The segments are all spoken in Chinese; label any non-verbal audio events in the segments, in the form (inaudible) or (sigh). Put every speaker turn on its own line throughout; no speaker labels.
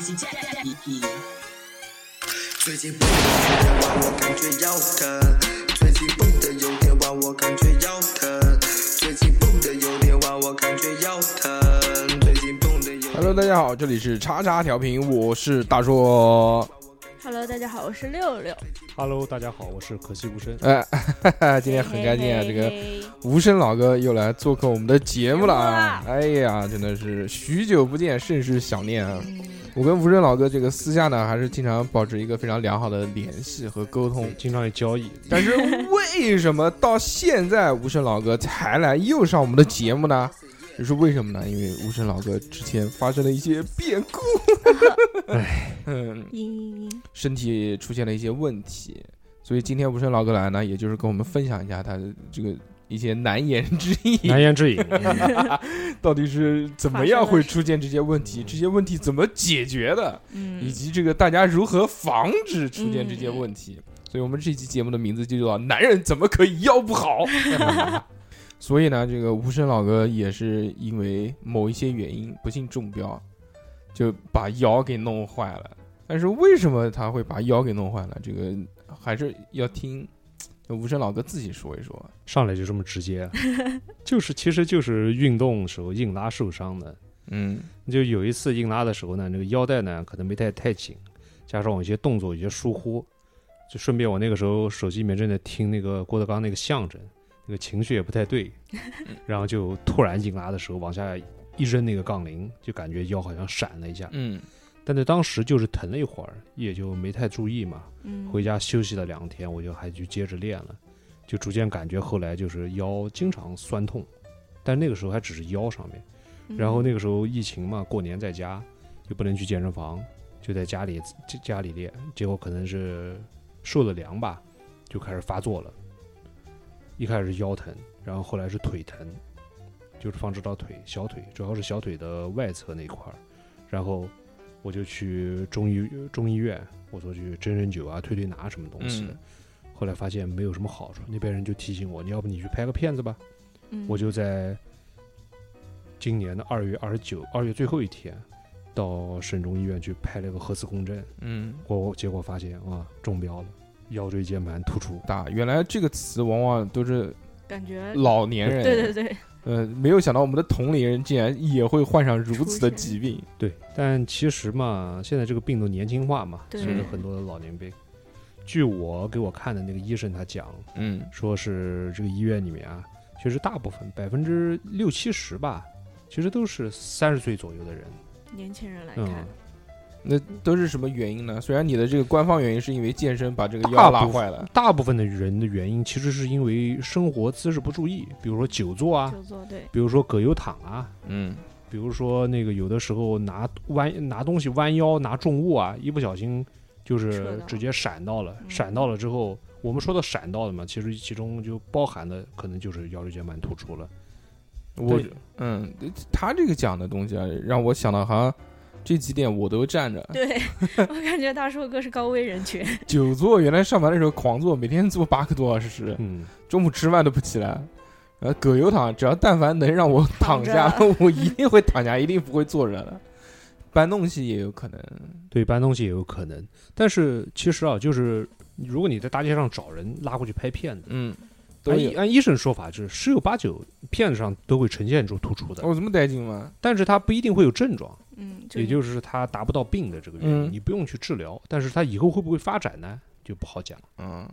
是这意义。
最近蹦的有点晚，我感觉要疼。最近蹦的有点晚，我感觉要疼。最近蹦的有点晚，我感觉要疼。最近蹦的有点
Hello，大家好，这里是叉叉调频，我是大硕。
Hello，大家好，我是六六。
Hello，大家好，我是可惜无声。
哎， (laughs) 哈哈，今天很开心啊，
嘿
这
嘿
个
嘿
无声老哥又来做客我们的节目了啊！
节
哎呀，真的是许久不见，甚是想念啊。我跟无声老哥这个私下呢，还是经常保持一个非常良好的联系和沟通
对，。经常有交易，
但是为什么到现在无声老哥才来又上我们的节目呢？这是为什么呢？因为无声老哥之前发生了一些变故，嗯，
嘤嘤嘤，
身体出现了一些问题，所以今天无声老哥来呢，也就是跟我们分享一下他的这个一些难言之隐，
难言之隐。嗯
到底是怎么样会出现这些问题，这些问题怎么解决的，以
嗯，
及这个大家如何防止出现这些问题。所以我们这期节目的名字就叫《男人怎么可以腰不好》。 (laughs) 所以呢，这个无声老哥也是因为某一些原因不幸中标，就把腰给弄坏了。但是为什么他会把腰给弄坏了？这个还是要听呃无声老哥自己说一说。
上来就这么直接，啊 (laughs) 就是其实就是运动时候硬拉受伤的。
嗯
就有一次硬拉的时候呢，那个腰带呢可能没带太紧，加上我一些动作有些疏忽，就顺便我那个时候手机里面正在听那个郭德纲那个相声，那个情绪也不太对，然后就突然硬拉的时候往下一扔那个杠铃，就感觉腰好像闪了一下，
嗯
但是当时就是疼了一会儿，也就没太注意嘛。
嗯
回家休息了两天，我就还去接着练了，就逐渐感觉后来就是腰经常酸痛，但那个时候还只是腰上面。
嗯
然后那个时候疫情嘛，过年在家又不能去健身房，就在家里家家里练，结果可能是受了凉吧，就开始发作了。一开始是腰疼，然后后来是腿疼，就是放置到腿小腿，主要是小腿的外侧那一块儿。然后我就去中医中医院，我说去针针灸啊、推推拿什么东西的。
嗯
后来发现没有什么好处，那边人就提醒我，你要不你去拍个片子吧。
嗯
我就在今年的二月二十九，二月最后一天，到省中医院去拍了个核磁共振，
嗯，
我结果发现啊中标了，腰椎间盘突出。
大原来这个词往往都是
感觉
老年人。
呃对对对，
呃，没有想到我们的同龄人竟然也会患上如此的
出现
疾病。
对，但其实嘛，现在这个病都年轻化嘛，所
对
以有很多的老年病。据我给我看的那个医生他讲，
嗯
说是这个医院里面啊，其实大部分百分之六七十吧，其实都是三十岁左右的人。
年轻人来
嗯
看，，
那都是什么原因呢？虽然你的这个官方原因是因为健身把这个腰
大
拉
部分
坏了，
大部分的人的原因其实是因为生活姿势不注意，比如说久坐啊，
就做对，
比如说葛优躺啊，
嗯，
比如说那个有的时候拿弯拿东西弯腰拿重物啊，一不小心就
扯
是
到
直接闪到了，
嗯
闪到了之后，我们说的闪到了嘛，其实其中就包含的可能就是腰椎间盘突出了。
我
对
嗯，他这个讲的东西啊，让我想到好像这几点我都站
(laughs)
着。
对我感觉大硕哥是高危
(laughs)
人群，
久坐，原来上班的时候狂坐，每天坐八个多小时，
嗯，
中午吃饭都不起来。呃，葛优躺，只要但凡能让我躺
躺
下， (laughs)
着
我一定会躺下，一定不会坐着的。搬东西也有可能，
对，搬东西也有可能。但是其实啊，就是如果你在大街上找人拉过去拍片子，
嗯，都
按医
有。
按医生说法，就是十有八九片子上都会呈现出突出的。
哦我这么带劲吗？
但是它不一定会有症状，
嗯，
也就是是它达不到病的这个原因，
嗯
你不用去治疗，但是它以后会不会发展呢，就不好讲。
嗯，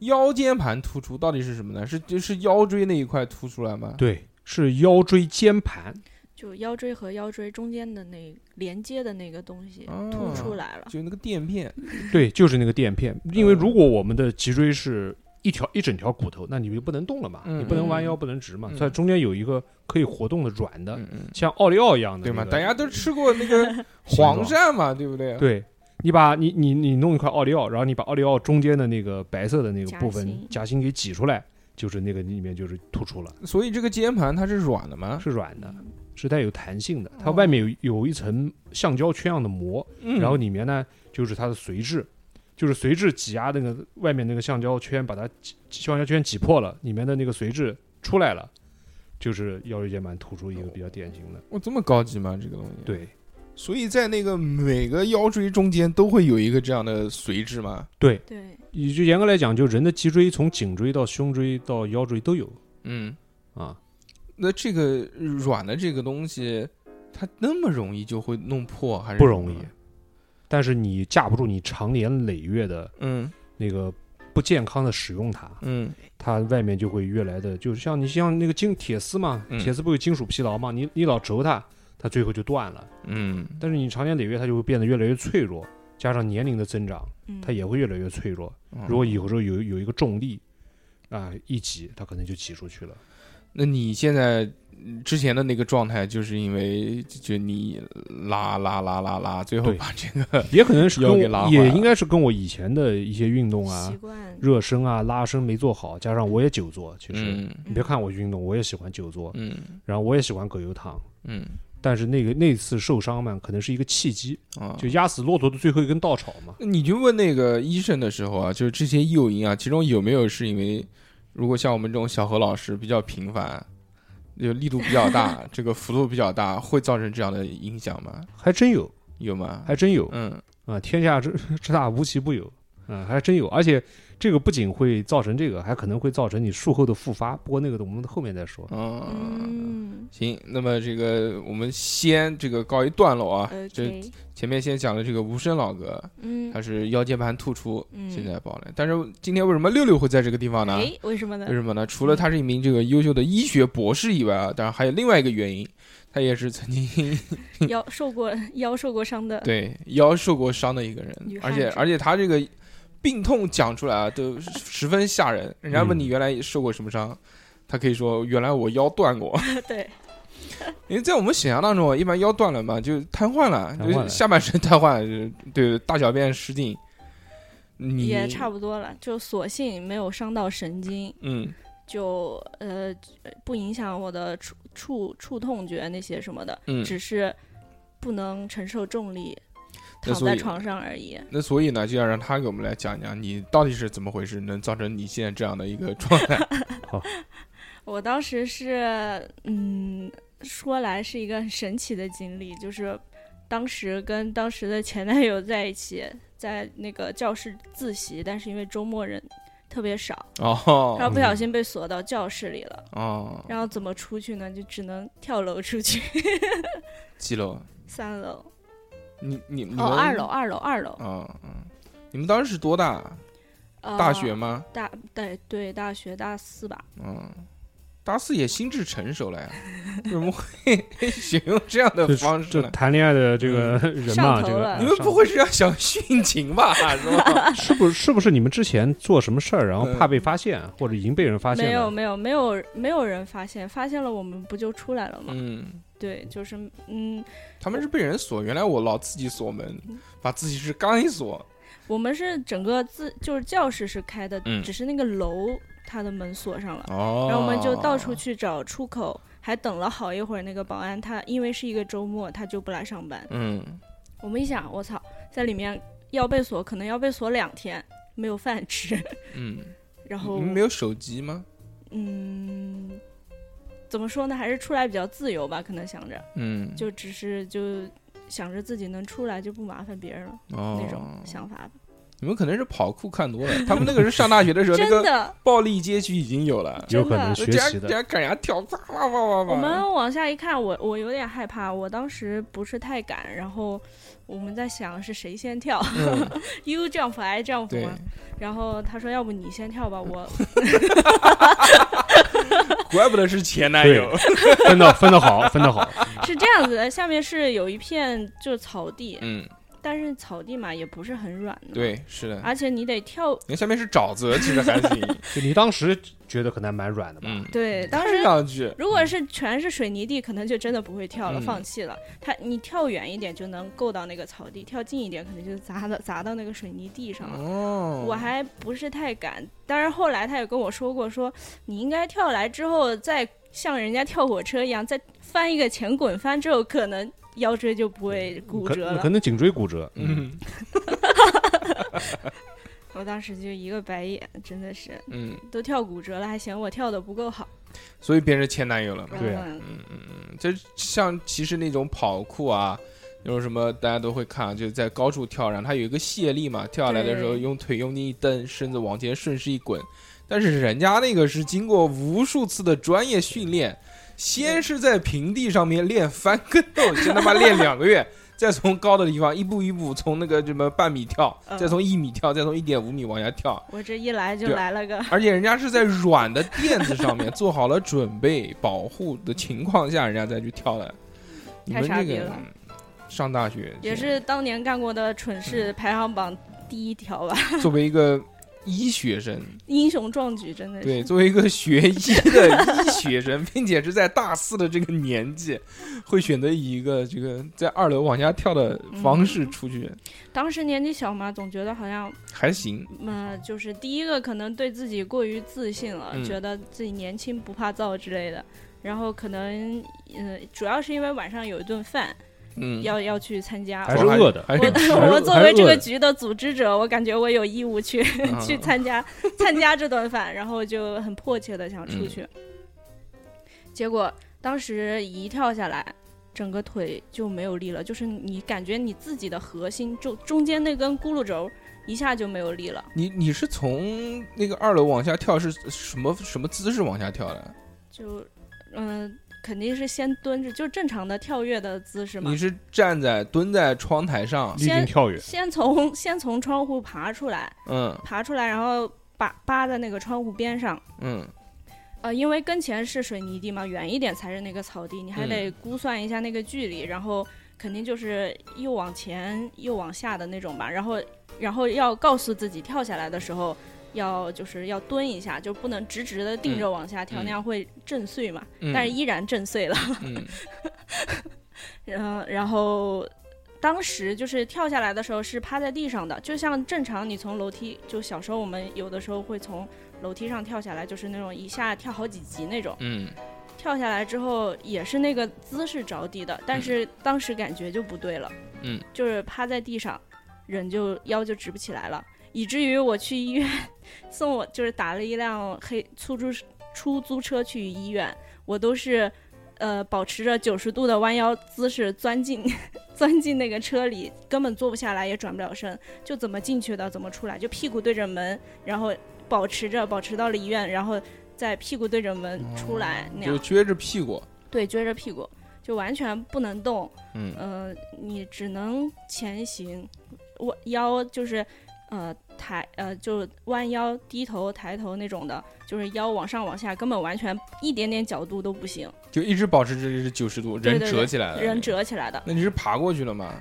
腰间盘突出到底是什么呢？是就是腰椎那一块凸出来吗？
对，是腰椎间盘，
就腰椎和腰椎中间的那连接的那个东西
哦
凸出来了，
就那个垫片。
对，就是那个垫片。因为如果我们的脊椎是一条一整条骨头，那你就不能动了嘛，
嗯
你不能弯腰，不能直嘛，
嗯
它中间有一个可以活动的软的，
嗯嗯。
像奥利奥一样的、
对
呃
嘛？
那个
大家都吃过那
(laughs)
个黄鳝嘛，对不对？
对。你把你你你弄一块奥利奥，然后你把奥利奥中间的那个白色的那个部
夹
分
心
夹心给挤出来，就是那个里面就是突出了，
所以这个键盘它是软的嘛？
是软的。
嗯
是带有弹性的，它
啊哦
外面有有一层橡胶圈样的膜，
嗯
然后里面呢就是它的髓质，就是髓质挤压那个外面那个橡胶圈，把它挤橡胶圈挤破了，里面的那个髓质出来了，就是腰椎间盘突出一个比较典型的。
哦我这么高级吗？这个东西？，
对，
所以在那个每个腰椎中间都会有一个这样的髓质嘛。
对，
对，
也就严格来讲，就人的脊椎从颈椎到胸椎到腰椎都有
嗯，
啊。
那这个软的这个东西，它那么容易就会弄破还是
不容易
什么
但是你架不住你长年累月的
嗯
那个不健康的使用它，
嗯
它外面就会越来的，就是像你像那个金铁丝嘛，
嗯
铁丝不有金属疲劳嘛，你你老轴它，它最后就断了。
嗯
但是你长年累月，它就会变得越来越脆弱，加上年龄的增长，
嗯，
它也会越来越脆弱。
嗯
如果有时候有有一个重力啊、一挤，它可能就挤出
(laughs)
去了。
那你现在嗯之前的那个状态，就是因为就就你拉拉拉拉拉，最后
对
把这个
也可能是跟
又给拉
我
坏了
也应该是跟我以前的一些运动
习
啊、
惯，
热身啊、拉伸没做好，加上我也久坐，其实、
嗯
你别看我运动，我也喜欢久坐，
嗯
然后我也喜欢葛优躺。
嗯
但是那个那次受伤嘛，可能是一个契机，
啊，
就压死骆驼的最后一根稻草嘛。
你去问那个医生的时候啊，就是这些诱因啊，其中有没有是因为，如果像我们这种小何老师比较频繁，就力度比较大，
(laughs)
这个幅度比较大，会造成这样的影响吗？
还真有，
有吗？
还真有
嗯
啊、天下之 (laughs) 之大，无奇不有啊、还真有。而且这个不仅会造成这个，还可能会造成你术后的复发。不过那个我们后面再说。
嗯。
嗯
行，那么这个我们先这个告一段落啊，这啊
嗯，OK，
前面先讲了这个无声老哥，
呃嗯
他是腰间盘突出，
嗯，
现在爆了。但是今天为什么六六会在这个地方呢？
哎，为什么呢
为？什么呢？除了他是一名这个优秀的医学博士以外啊，当然还有另外一个原因，他也是曾经
腰受过 (laughs) 腰受过伤的，
对腰受过伤的一个人
嗯女，
而
汉子
且而且他这个病痛讲出来啊，都十分吓人。人家问你原来受过什么伤，他可以说原来我腰断过，
对，
因为在我们想象当中啊，一般腰断了嘛，就瘫痪了，
瘫痪
就
了
是下半身瘫痪， (laughs) 就是对大小便失禁。你
也差不多了，就索性没有伤到神经，
嗯
就呃不影响我的触触触痛觉那些什么的，
嗯，
只是不能承受重力，
那
躺
所
在
以
床上而已。
那所以呢，就要让他给我们来讲一讲，你到底是怎么回事，能造成你现在这样的一个状态？
我当时是，嗯，说来是一个很神奇的经历，就是当时跟当时的前男友在一起，在那个教室自习，但是因为周末人特别少，
哦
然后不小心被锁到教室里了，
哦，
然后怎么出去呢？就只能跳楼出去， (laughs)
几楼？
三楼
你你你们
哦，二楼，二楼，二楼，
啊嗯，你们当时是多大？
呃
大学吗？
大对对，大学大四吧，
嗯，大四也心智成熟
(laughs)
了呀，怎么会 (laughs) 选用这样的
就
方式
就
呢？
谈恋爱的这个人嘛，
上头
这个
了
你们不会
会
是要想殉情吧？是吧？
是不是是不是你们之前做什么事儿，然后
嗯
怕被发现，或者已经被人发
没
现
有
了？
没有没有没有人发现，发现了我们不就出来了吗？
嗯，
对，就是嗯。
他们是被人锁，原来我老自己锁门，把自己是刚一锁，
我们是整个自就是教室是开的，
嗯
只是那个楼它的门锁上了，
哦，
然后我们就到处去找出口，还等了好一会儿。那个保安他因为是一个周末，他就不来上班。
嗯，
我们一想，我操，在里面要被锁，可能要被锁两天，没有饭吃。 (laughs)
嗯
然
嗯，
后
你们没有手机吗？
嗯，怎么说呢？还是出来比较自由吧，可能想着
嗯，
就只是就想着自己能出来就不麻烦别人了、
哦
那种想法吧。
你们可能是跑酷看多了，他们那个是上大学的时候，
(laughs)
那
真
个
的，
暴力街区已经有了，
有
真
可
的
能
这
学
样
习
这
的，
样赶人家跳，哇哇哇哇哇！
我们往下一看，我我有点害怕，我当时不是太敢，然后我们在想是谁先跳、
嗯
y o u jump I jump
对
嘛，然后他说要不你先跳吧，我
怪不得是前男友。
分的分的好，分的好。
(laughs)
是这样子的，下面是有一片就是草地，
嗯，
但是草地嘛也不是很软的，，
对，是的。
而且你得跳，
你看下面是沼泽，其实还行。 (laughs)
就你当时觉得可能还蛮软的吧？
嗯，
对，当
看
时。
上去，
如果是全是水泥地，可能就真的不会跳了，
嗯
放弃了。他你跳远一点就能够到那个草地，跳近一点可能就砸到砸到那个水泥地上了。
哦，
嗯我还不是太敢，但是后来他也跟我说过说，你应该跳来之后再像人家跳火车一样，再翻一个前滚翻之后，可能腰椎就不会骨
可
(laughs)
折
可
了。
能颈椎骨折。
嗯
我当时就一个白眼，真的是
嗯，
都跳骨折了，还嫌我跳的不够好。
所以变成前男友了嘛。
对啊
嗯
嗯，这像其实那种跑酷啊，就是什么大家都会看，啊就是在高处跳，然后它有一个卸力嘛，跳下来的时候
对
用腿用力一蹬，身子往前顺势一滚。但是人家那个是经过无数次的专业训练，先是在平地上面练翻跟斗，先他妈练两个月，再从高的地方一步一步从那个什么半米跳，
嗯
再从一米跳，再从一点五米往下跳，
我这一来就
啊
对
来了个，
而且人家是在软的垫子上面做好了准备保护的情况下，人家再去跳的。你们
太傻
这
逼
个
了
嗯上大学
也是当年干过的蠢事排行榜第一条吧， (laughs)
作为一个医学生，
英雄壮举真的是。
对，作为一个学医的医学生，并且是在大四的这个年纪，会选择以一个这个在二楼往下跳的
嗯
方式出去，
当时年纪小嘛，总觉得好像，
还行。
嗯、就是第一个可能对自己过于自信了，
嗯
觉得自己年轻不怕造之类的。然后可能，嗯、主要是因为晚上有一顿饭
嗯，
要要去参加。
还是饿的
还是
我
还是
我作为这
还是
个
饿的
局的组织者，我感觉我有义务去去
嗯
参加 (laughs) 参加这顿饭，然后就很迫切的想出
嗯
去。结果当时一跳下来，整个腿就没有力了，就是你感觉你自己的核心中中间那根轱辘轴一下就没有力了，
你你是从那个二楼往下跳是什么什么姿势往下跳的？
就嗯、肯定是先蹲着，就正常的跳跃的姿势嘛
你。是站在蹲在窗台上，
(laughs)
历经跳跃，
先从先从窗户爬出来，
嗯
爬出来，然后扒扒在那个窗户边上。
嗯
呃，因为跟前是水泥地嘛，远一点才是那个草地，你还
嗯
得估算一下那个距离，然后肯定就是又往前又往下的那种吧。然后，然后要告诉自己跳下来的时候，要就是要蹲一下，就不能直直的定着往下跳，
嗯
那样会震碎嘛。
嗯，
但是依然震碎了。 (laughs)
嗯
然后，然后当时就是跳下来的时候是趴在地上的，就像正常你从楼梯，就小时候我们有的时候会从楼梯上跳下来，就是那种一下跳好几级那种。
嗯
跳下来之后也是那个姿势着地的，但是当时感觉就不对了，
嗯，
就是趴在地上，人就腰就直不起来了，以至于我去医院送我就是打了一辆黑出租出租车去医院，我都是呃保持着九十度的弯腰姿势钻进 (laughs) 钻进那个车里，根本坐不下来也转不了身，就怎么进去的怎么出来，就屁股对着门，然后保持着保持到了医院，然后。再屁股对着门出来、那样
哦就，撅着屁股，
对，撅着屁股，就完全不能动。
嗯
呃，你只能前行，我腰就是呃抬呃就弯腰、低头、抬头那种的，就是腰往上往下，根本完全一点点角度都不行，
就一直保持这是九十度，
对
人
对对
折起来了，
人。折起来的，
那你是爬过去了
(laughs)
吗？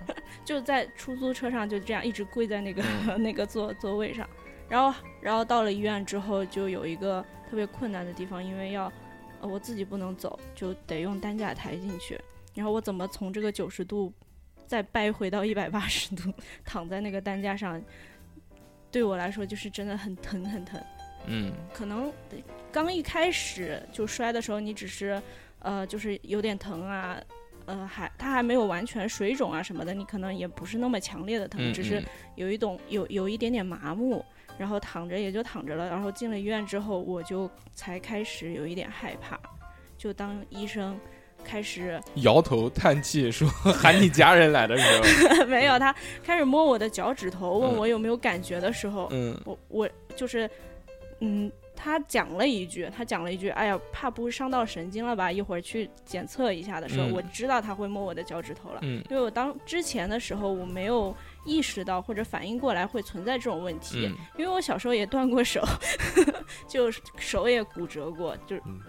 就在出租车上就这样一直跪在那个、 (laughs) 那个座座位上，然后然后到了医院之后，就有一个特别困难的地方，因为要、呃、我自己不能走，就得用担架抬进去，然后我怎么从这个九十度再掰回到一百八十度，躺在那个担架上，对我来说就是真的很疼很疼。 (laughs)
嗯，
可能得刚一开始就摔的时候，你只是呃，就是有点疼啊，呃，还它还没有完全水肿啊什么的，你可能也不是那么强烈的疼，
嗯
只是
嗯
有一种有有一点点麻木，然后躺着也就躺着了。然后进了医院之后，我就才开始有一点害怕，就当医生开始 (laughs)
摇头叹气说喊你家人来的时
(laughs)
候，
没有他开始摸我的脚趾头，问
嗯
我有没有感觉的时候，
嗯
我我就是，嗯，他讲了一句，他讲了一句，哎呀，怕不会伤到神经了吧？一会儿去检测一下的时候，
嗯
我知道他会摸我的脚趾头了，
嗯
因为我当之前的时候我没有意识到或者反应过来会存在这种问题，
嗯，
因为我小时候也断过手， (laughs) 就是手也骨折过，就是。
嗯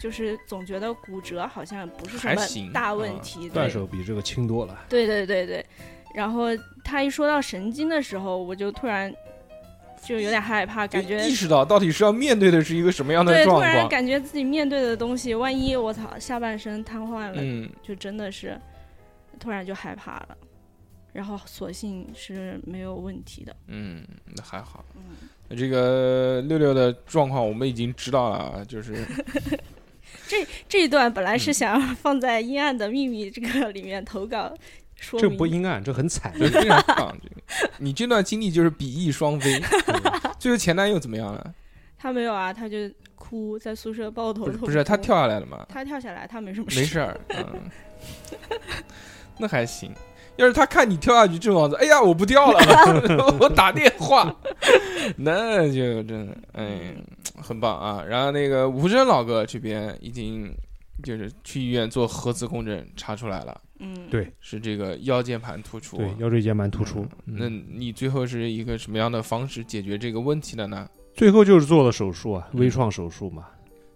就是总觉得骨折好像不是
还
什么
行
大问
啊
题，对
断手比这个轻多了。
对对对对，然后他一说到神经的时候，我就突然就有点害怕，感觉
就意识到到底是要面对的是一个什么样的
对，突
状
然
况。
感觉自己面对的东西，万一我操下半身瘫痪了，
嗯，
就真的是突然就害怕了。然后索性是没有问题的，
嗯，那还好。
嗯
那这个六六的状况我们已经知道了啊，就是
这一段本来
嗯
是想要放在阴暗的秘密这个里面投稿说
这
明，
个不阴暗，这
(laughs)
很惨。
就是非常棒。这个你这段经历就是比翼双飞。嗯最后前男友怎么样了？
他没有啊，他就哭在宿舍抱头
不是
痛哭，
不是，啊他跳下来了吗？
他跳下来，他没什么
没事儿，嗯，那还行。要是他看你跳下去正好子，哎呀，我不跳了，我打电话， (laughs) 那就真的，哎，很棒啊。然后那个吴声老哥这边已经就是去医院做核磁共振，查出来了
嗯，
对
是这个腰间盘突出。
对，腰椎间盘突出。
那你最后是一个什么样的方式解决这个问题的呢？
最后就是做了手术啊，
嗯
微创手术嘛。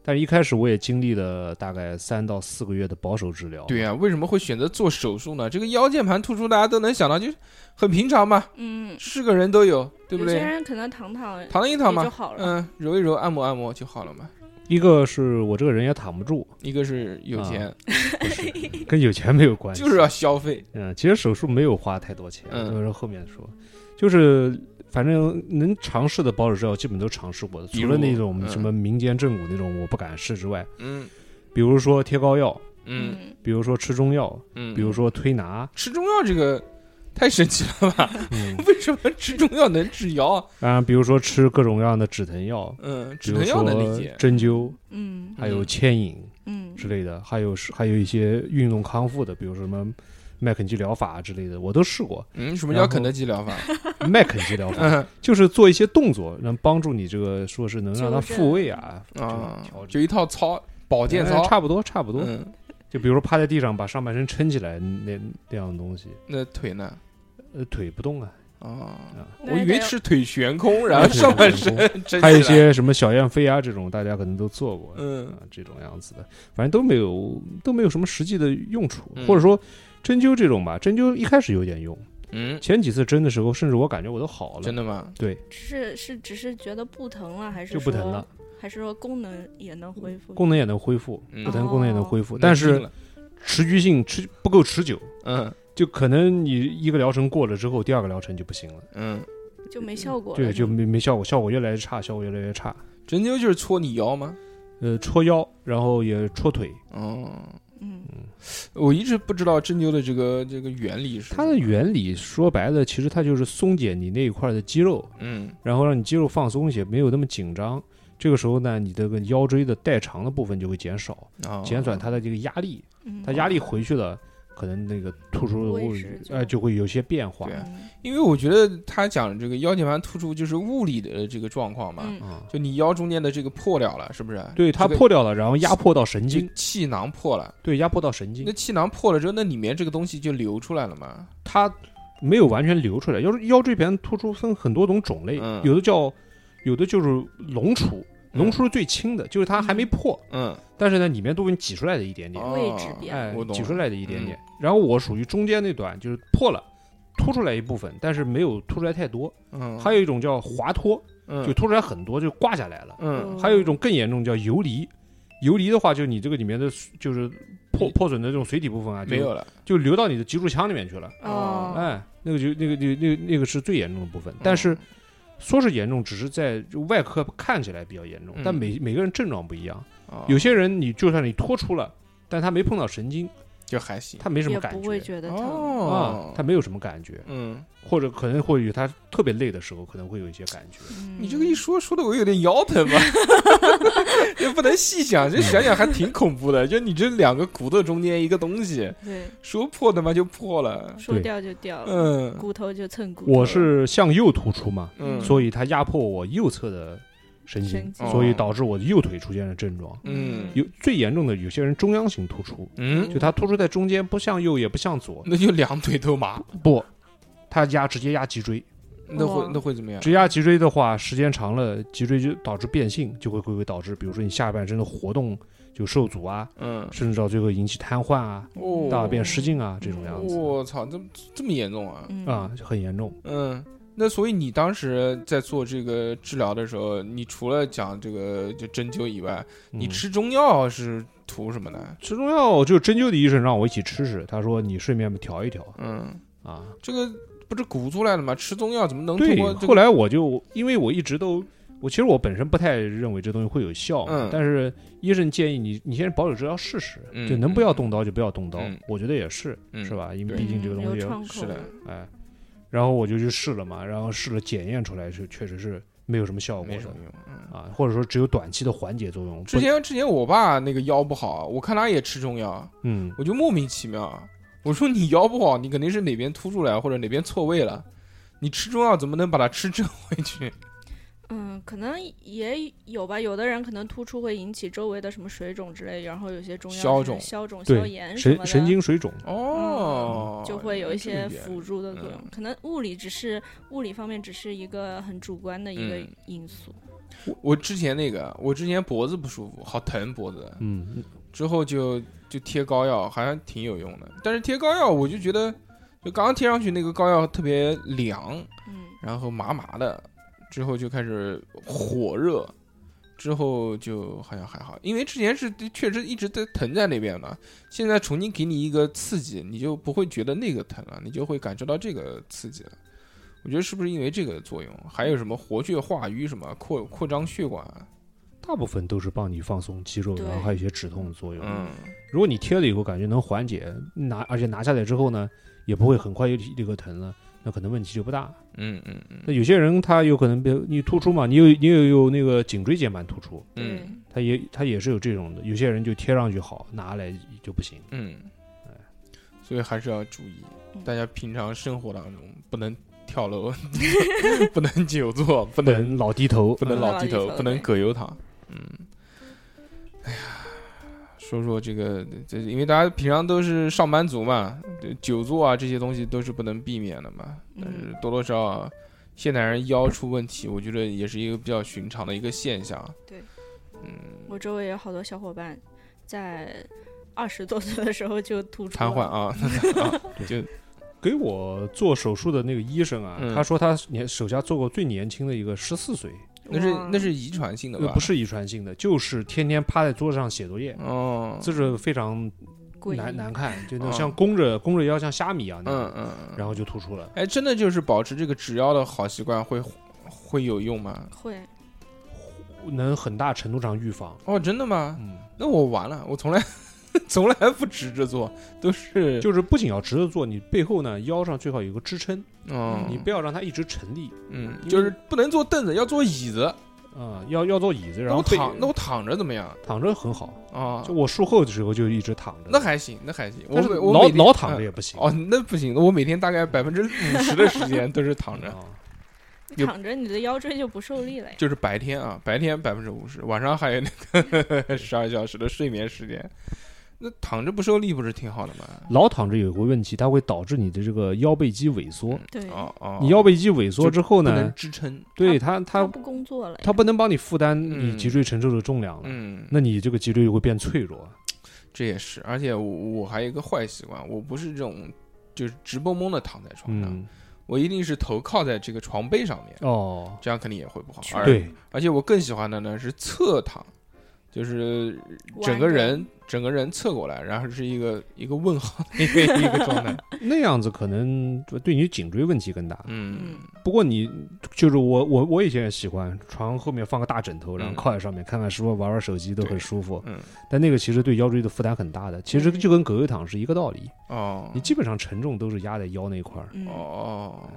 但是一开始我也经历了大概三到四个月的保守治疗。
对啊，为什么会选择做手术呢？这个腰间盘突出，大家都能想到，就是很平常嘛，
嗯，
是个人都有，对不
有些
对？
人可能躺躺
躺一躺
也就
嘛，
好了。
嗯，揉一揉，按摩按摩就好了嘛。
一个是我这个人也躺不住，
一个是有
啊
钱，
(laughs)
跟有钱没有关系。
就是要消费，
嗯，其实手术没有花太多钱，
嗯
到时候后面说，就是反正能尝试的保守治疗基本都尝试过的，
比
除
如
了那种
嗯
什么民间正骨那种我不敢试之外，
嗯
比如说贴膏药，
嗯
比如说吃中药，
嗯，
比如说推拿，
吃中药这个太神奇了吧？
嗯
(laughs) 为什么吃中药能治腰啊？
啊，比如说吃各种各样的止疼药，
嗯，
比
止
如
疼药
说
能理解，
针灸，
嗯
还有
嗯
牵引
嗯
之类的，还有是还有一些运动康复的，比如说什么麦肯基疗法之类的，我都
(laughs)
试过。
嗯，什么叫
然后啊
肯德基疗法？
麦肯基疗法
嗯
就是做一些动作，能帮助你这个说是能让它
纠正嗯
复位啊，
啊
调，
就一套操，保健
哎
操，
差不多差不多。
嗯，
就比如说趴在地上把上半身撑起来那那样的东西，
那腿呢？
呃，腿不动啊。
啊
啊，
我以为是腿悬空，然
(laughs)
后
腿
啊上半身
悬
撑起来
还有一，些什么小燕飞啊这种，大家可能都做过。
嗯
啊，这种样子的，反正都没有都没有什么实际的用处，
嗯
或者说针灸这种吧，针灸一开始有点用，
嗯，
前几次针的时候，甚至我感觉我都好了
真，的吗？
对，
是是只是觉得不疼了，还是
就不疼
说
了，，
还是说功能也能恢复？
功能也能恢复，
嗯
不疼功能也能恢复，
能
但
听
是
了
持续性持不够持久，
嗯
就可能你一个疗程过了之后，第二个疗程就不行了，
嗯，
就没效果了。
对，
是
就
吗
没没效果，效果越来越差，效果越来越差，
针灸就是搓你腰吗？
呃，戳腰，然后也戳腿，
哦，
嗯
我一直不知道针灸的这个这个原理是
它
什么
的原理说白了，其实它就是松解你那一块的肌肉，
嗯
然后让你肌肉放松一些，没有那么紧张。这个时候呢，你这个腰椎的代偿的部分就会减少，
哦
减少它的这个压力，
嗯，
它压力回去了，可能那个突出的
位
物
置
理
就
呃就会有些变化
对啊
嗯
因为我觉得他讲这个腰间盘突出就是物理的这个状况嘛，
嗯
啊。
就你腰中间的这个破掉了，是不是？
对，它
这个
破掉了，然后压迫到神
就
经，
气囊破了，
对，压迫到神经
那，气囊破了之后，那里面这个东西就流出来了嘛。
它没有完全流出来。腰腰椎盘突出分很多种种类，
嗯
有的叫，有的就是脓出，脓出是最轻的，就是它还没破，
嗯，
但是呢里面都已经挤出来的一点点。
哦
位置变
哎
我，懂
挤出
了。嗯
来的一点点。然后我属于中间那段，就是破了，凸出来一部分，但是没有凸出来太多。
嗯，
还有一种叫滑脱，
嗯
就凸出来很多，就挂下来了。
嗯
还有一种更严重叫游离，游离的话，就你这个里面的就是破
你
破损的这种髓体部分啊，就
没有了。
就流到你的脊柱腔里面去了。
哦，
哎，那个就那个那个那个那个是最严重的部分，但是
嗯
说是严重，只是在就外科看起来比较严重
嗯，
但每每个人症状不一样。
哦
有些人你就算你脱出了，但他没碰到神经，
就还行。
他没什么
也
感
不
觉
会。觉得疼。
啊
哦，，
他没有什么感觉，
嗯，
或者可能会有他特别累的时候，可能会有一些感觉。
嗯
你这个一说，说的我有点腰疼吧， (laughs) 也不能细想，就想想还挺恐怖的。就你这两个骨头中间一个东西，
对，
说破他妈就破了。
说
对
掉就掉了，
嗯
骨头就蹭骨头了。
我是向右突出嘛，
嗯，
所以它压迫我右侧的神经
神，
哦
经哦
所以导致我的右腿出现了症状。
嗯
有最严重的，有些人中央型突出，
嗯，
就它突出在中间，不向右也不向左，
那就两腿都麻，
不，它压直接压脊椎，
那会
哇
那会怎么样？
直压脊椎的话，时间长了，脊椎就导致变性，就会会会导致，比如说你下半身的活动就受阻啊，
嗯，
甚至到最后引起瘫痪啊、
哦
大小便失禁啊这种样子。
我操，这这么严重啊？
嗯
啊、很严重。
嗯，那所以你当时在做这个治疗的时候，你除了讲这个就针灸以外，你
嗯
吃中药是图什么呢？
吃中药，就针灸的医生让我一起吃吃，他说你睡眠调一调
嗯，
啊。
这个不是鼓出来了吗？吃中药怎么能通
对
过，这
后
个？
来我就因为我一直都，我其实我本身不太认为这东西会有效嘛，
嗯
但是医生建议你你先保守治疗试试，
嗯
就能不要动刀就不要动刀，
嗯
我觉得也是，
嗯
是吧？因
对
为毕竟这个东
嗯
西
有，创口
是的
哎，然后我就去试了嘛，然后试了检验出来是确实是没有什么效果
没
的
什么用。嗯
啊，或者说只有短期的缓解作用。
之
不
前之前我爸那个腰不好，我看他也吃中药，
嗯
我就莫名其妙，我说你腰不好，你肯定是哪边凸出来或者哪边错位了。你吃中药怎么能把它吃正回
(laughs)
去？
嗯，可能也有吧。有的人可能突出会引起周围的什么水肿之类，然后有些中药
消
是
肿
消肿、消炎
对，
什么
神
的，嗯
神经水肿，
哦，
就会有一
这
些
个原嗯
辅助的作用。可能物理只是物理方面只是一个很主观的一个
嗯
因素。
我我之前那个，我之前脖子不舒服，好疼脖子，
嗯，
之后就就贴膏药，好像挺有用的。但是贴膏药，我就觉得，就刚刚贴上去那个膏药特别凉，
嗯
然后麻麻的，之后就开始火热，之后就好像还好，因为之前是确实一直在疼在那边的，现在重新给你一个刺激，你就不会觉得那个疼了，你就会感受到这个刺激了。我觉得是不是因为这个作用？还有什么活血化瘀，什么扩扩张血管？
大部分都是帮你放松肌肉，
对
然后还有一些止痛的作用。
嗯，
如果你贴了以后感觉能缓解，拿而且拿下来之后呢，也不会很快又立刻疼了，那可能问题就不大。
嗯嗯嗯
那有些人他有可能被你突出嘛，你有你有有那个颈椎间盘突出，
对
嗯
他也他也是有这种的。有些人就贴上去好，拿来就不行。
嗯，所以还是要注意，大家平常生活当中不能跳楼， (laughs) 不能久坐，不
不
能
能老低头，
不能
嗯
老低头
不能老低，头
不能
对
葛优躺。嗯，哎呀，说说这个，这因为大家平常都是上班族嘛，对久坐啊这些东西都是不能避免的嘛。但
嗯
是多多少少，现代人腰出问题，我觉得也是一个比较寻常的一个现象。啊
对，
嗯，
我周围有好多小伙伴在二十多岁的时候就突出
瘫痪
了。
(laughs) 啊，
(laughs)
就
给我做手术的那个医生啊，
嗯
他说他年手下做过最年轻的一个十四岁，
那是
哇
那是遗传性的
那
吧？
呃不，是遗传性的，就是天天趴在桌子上写作业，
哦，
姿势非常
诡
难
异
难看，就那
嗯
种像弓着弓着腰像虾米一样
嗯
那样，
嗯，嗯
然后就突出了。
哎，真的就是保持这个直腰的好习惯会会有用吗？
会，
能很大程度上预防。
哦，真的吗？
嗯，
那我完了，我从来 (laughs) 从来不直着做，都是
就是不仅要直着坐，你背后呢腰上最好有个支撑，
嗯，
你不要让它一直沉立
嗯，
你
就是不能坐凳子，要坐椅子。
啊、要要坐椅子，然
那
后
我
背
躺，那我躺着怎么样
躺着很好。
啊
就？我术后的时候就一直躺着，
那还行，那还行。我
但是
每我
老
每天
老躺着
嗯
也不行。
哦，那不行，我每天大概百分之五十的时间都是躺着，
啊，
你
有
躺着你的腰椎就不受力了呀。
就是白天啊，白天百分之五十，晚上还有那个 (laughs) 十二小时的睡眠时间。那躺着不受力不是挺好的吗？
老躺着有个问题，它会导致你的这个腰背肌萎缩
嗯。
对，
哦哦，
你腰背肌萎缩之后
不能
呢，
支撑，
对它
他
它
不工作了呀。
它不能帮你负担
嗯
你脊椎承受的重量了，
嗯，
那你这个脊椎就会变脆弱。
这也是，而且我我还有一个坏习惯，我不是这种就是直蹦蹦的躺在床上，
嗯，
我一定是头靠在这个床背上面，
哦，
这样肯定也会不好。而，
对，
而且我更喜欢的呢是侧躺，就是整个
弯着
人整个人侧过来，然后是一个一个问号的一个一个状
(laughs)
态。
那样子可能对你颈椎问题更大。
嗯
嗯，
不过你就是我，我我以前也喜欢床后面放个大枕头，然后
嗯
靠在上面看看书、玩玩手机都
对
很舒服。
嗯，
但那个其实对腰椎的负担很大的，其实
对
就跟葛优躺是一个道理，
哦
你基本上承重都是压在腰那块儿。
嗯
哦，哦，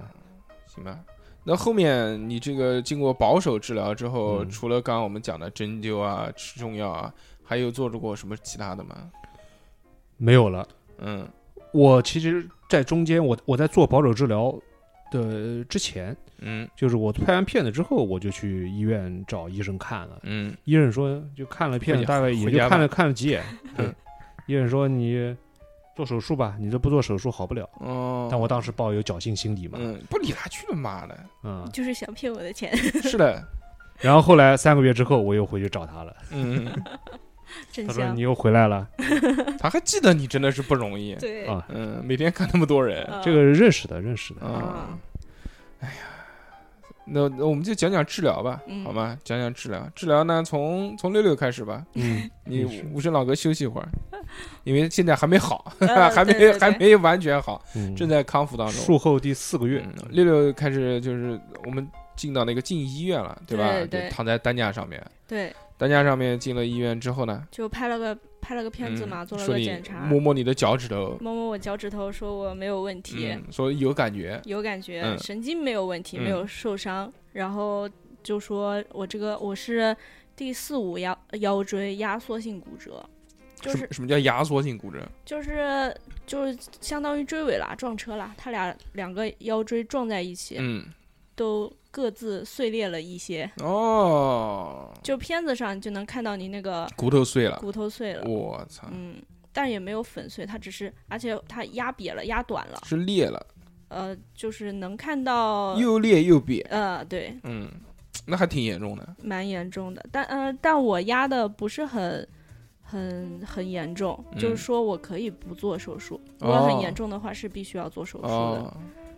行吧。那后面你这个经过保守治疗之后，
嗯
除了刚刚我们讲的针灸啊、吃中药啊，还有做过什么其他的吗？
没有了。
嗯
我其实，在中间，我我在做保守治疗的之前，
嗯
就是我拍完片子之后，我就去医院找医生看了。
嗯
医生说，就看了片
回
子，
家
大概也
回
就
家吧
看了看了几
(laughs)
眼。对
嗯，
医生说你做手术吧，你这不做手术好不了。
哦，
但我当时抱有侥幸心理嘛，
嗯，不理他去了，妈的！
嗯，
就是想骗我的钱， (laughs)
是的，
然后后来三个月之后，我又回去找他了。
嗯，
真
他说
香
你。又回来了
他还记得你，真的是不容易。
对，
啊，
嗯，每天看那么多人
啊
这个认识的，认识的。
啊
啊，
那那我们就讲讲治疗吧，
嗯
好吗？讲讲治疗，治疗呢，从从六六开始吧。
嗯，
你
是
武生老哥休息一会儿，因为现在还没好， (laughs)
呃
还没
对对对
还没完全好，
嗯
正在康复当中。
术后第四个月，
啊嗯六六开始就是我们进到那个进医院了，对吧？
对对
就躺在担架上面，
对，
担架上面进了医院之后呢，
就拍了个拍了个片子
嗯
嘛，做了
说
个
你
检查，嗯
摸摸你的脚趾头，
摸摸我脚趾头，说我没有问题，
嗯，说有感觉，
有感觉，
嗯
神经没有问题，
嗯
没有受伤。然后就说我这个我是第四五腰腰椎压缩性骨折，就
什
是
么什么叫压缩性骨折？
就是就是相当于追尾啦，撞车啦，他俩两个腰椎撞在一起，
嗯，
都各自碎裂了一些。
哦，
就片子上就能看到你那个
骨头碎了，
骨头碎了，
我操，
嗯，但也没有粉碎，它只是，而且它压瘪了，压短了，
是裂了，
呃，就是能看到，
又裂又瘪，
呃，对，
嗯，那还挺严重的。
蛮严重的。但呃，但我压的不是很。很很严重，
嗯
就是说我可以不做手术。
哦
如果很严重的话，是必须要做手术的。
哦，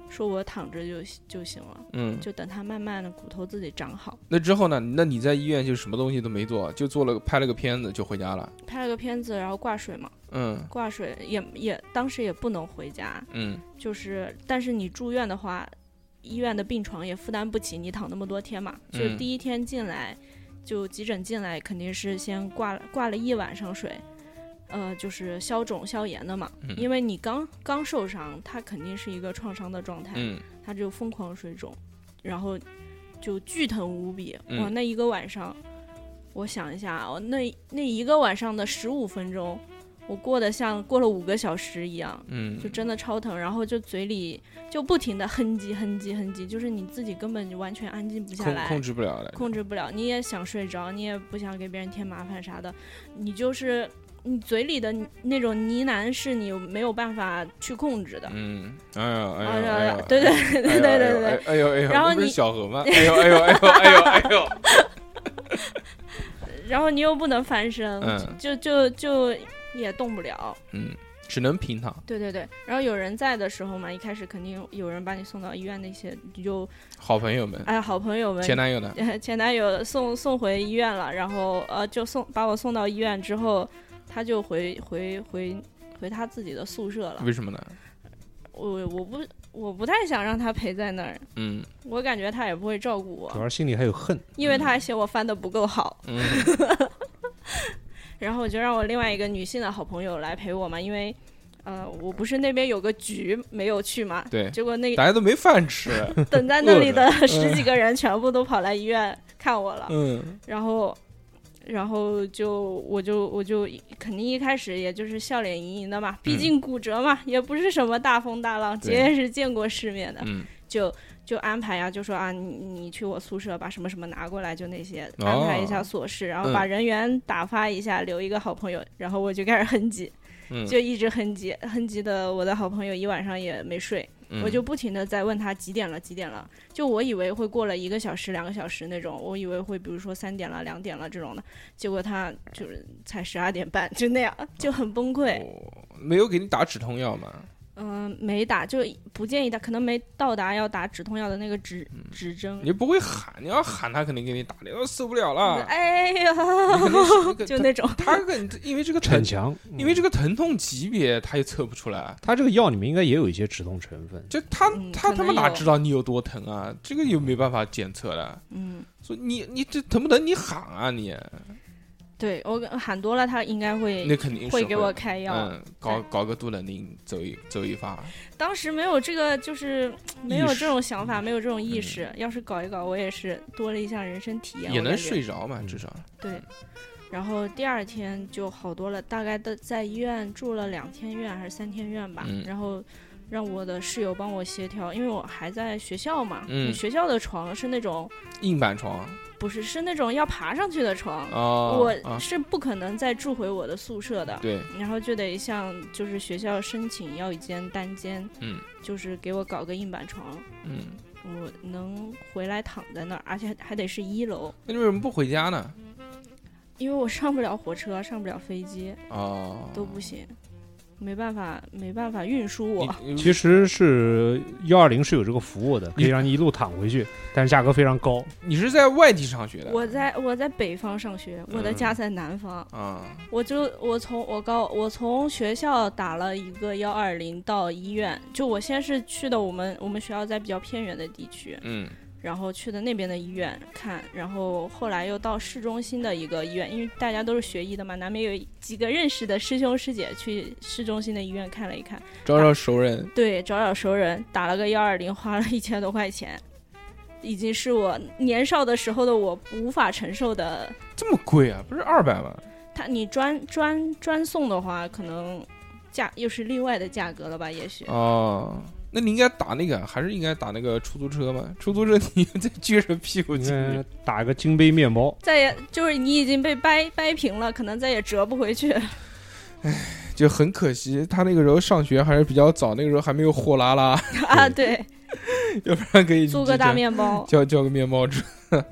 说我躺着就就行了，
嗯，
就等它慢慢的骨头自己长好。
那之后呢？那你在医院就什么东西都没做，就做了个拍了个片子就回家了。
拍了个片子，然后挂水嘛，
嗯
挂水也也当时也不能回家，
嗯，
就是，但是你住院的话，医院的病床也负担不起你躺那么多天嘛。
嗯
就第一天进来，就急诊进来，肯定是先挂挂了一晚上水，呃，就是消肿消炎的嘛。
嗯
因为你刚刚受伤，它肯定是一个创伤的状态，
嗯
它就疯狂水肿，然后就巨疼无比。
嗯
我那一个晚上，我想一下啊，我那那一个晚上的十五分钟，我过得像过了五个小时一样。
嗯
就真的超疼，然后就嘴里就不停的哼唧哼唧哼唧，就是你自己根本就完全安静不下
控
来，
控制不了了。
控制不了，你也想睡着，你也不想给别人添麻烦啥的，你就是你嘴里的那种呢喃是你没有办法去控制的。
嗯，哎呀哎
啊
呀哎呀，
对对对对对对对，
对，哎呦哎呦，
然后
那不是
你
小何 (laughs) 吗？哎呦哎呦哎呦哎呦哎 (laughs) 呦，
然后你又不能翻身，
嗯
就就就也动不了。
嗯，只能平躺，
对对对，然后有人在的时候嘛，一开始肯定有人把你送到医院，那些你就
好朋友们，
哎好朋友们
前男友呢？
(laughs) 前男友送送回医院了，然后呃，就送把我送到医院之后，他就回回回回他自己的宿舍了。
为什么呢？
我我不我不太想让他陪在那儿，
嗯
我感觉他也不会照顾
主
我，
要是心里还有恨，
因为他还嫌我翻的不够好。
嗯
然后我就让我另外一个女性的好朋友来陪我嘛，因为呃，我不是那边有个局没有去嘛，
(laughs) 对
结果那
大家都没饭 (laughs) 吃，
等在那里的十几个人全部都跑来医院看我了。
嗯
然后，然后就我就我就一肯定一开始也就是笑脸盈盈的嘛，毕竟骨折嘛，也不是什么大风大浪，
嗯对
姐也是见过世面的，
嗯，
就就安排呀、就说啊，你你去我宿舍把什么什么拿过来，就那些、
哦嗯
安排一下琐事，然后把人员打发一下，留一个好朋友，然后我就开始 (laughs) 哼唧，
嗯
就一直哼唧哼唧的，我的好朋友一晚上也没睡，
嗯
我就不停的在问他几点了，几点了。就我以为会过了一个小时、两个小时那种，我以为会比如说三点了、两点了这种的，结果他就是才十二点半，就那样，就很崩溃。
哦没有给你打止痛药嘛？
嗯、没打，就不建议打，可能没到达要打止痛药的那个指指针
嗯你。不会喊，你要喊他肯定给你打的，哦受不了 (laughs) 了。
哎呀，
你肯定是 (laughs)
(laughs) 就
个
那种，
他他跟因为这个疼
逞，强。嗯
因为这个疼痛级别他又测不出来，
它这个药里面应该也有一些止痛成分，
就他
嗯
他
可
他
能
们哪
有
知道你有多疼啊？这个又没办法检测的。
嗯，
所以你你这疼不疼？你喊啊你，
对我喊多了，他应该会
那肯定是
会给我开药。
嗯，搞搞个杜冷丁走一走一发，
当时没有这个，就是没有
意识嗯
这种想法，没有这种意识。要是搞一搞，我也是多了一项人生体验，
也
我
能
感觉
睡着嘛，至少。
对，然后第二天就好多了，大概的在医院住了两天院还是三天院吧。
嗯
然后让我的室友帮我协调，因为我还在学校嘛，
嗯
学校的床是那种
硬板床
不是是那种要爬上去的床，
哦，
我
啊，
是不可能再住回我的宿舍的。
对，
然后就得向就是学校申请要一间单间，
嗯
就是给我搞个硬板床，
嗯，
我能回来躺在那儿，而且还得是一楼，
那你为什么不回家呢？
因为我上不了火车，上不了飞机，
哦，
都不行，没办法，没办法运输我。
你
其实是幺二零是有这个服务的，可
嗯你
以让你一路躺回去，但是价格非常高。
你是在外地上学的，
我在我在北方上学，我的
嗯
家在南方，
啊，
我就我从我高我从学校打了一个幺二零到医院，就我先是去的我们我们学校在比较偏远的地区，
嗯
然后去的那边的医院看，然后后来又到市中心的一个医院，因为大家都是学医的嘛，难免有几个认识的师兄师姐去市中心的医院看了一看，
招招熟人，
对，找找熟人，打了个幺二零，花了一千多块钱，已经是我年少的时候的我无法承受的。
这么贵啊？不是二百吗？
他你专专专送的话，可能价又是另外的价格了吧？也许
哦，那你应该打那个，还是应该打那个出租车嘛？出租车你再撅着屁股
应
进
该
去，
打个金杯面包，
再也就是你已经被掰掰平了，可能再也折不回去。
就很可惜。他那个时候上学还是比较早，那个时候还没有货拉拉，
(laughs) 啊，对，
要不 (laughs) 然可以嗯
租
就
个大
叫
面包，
叫叫个面包吃。 (laughs)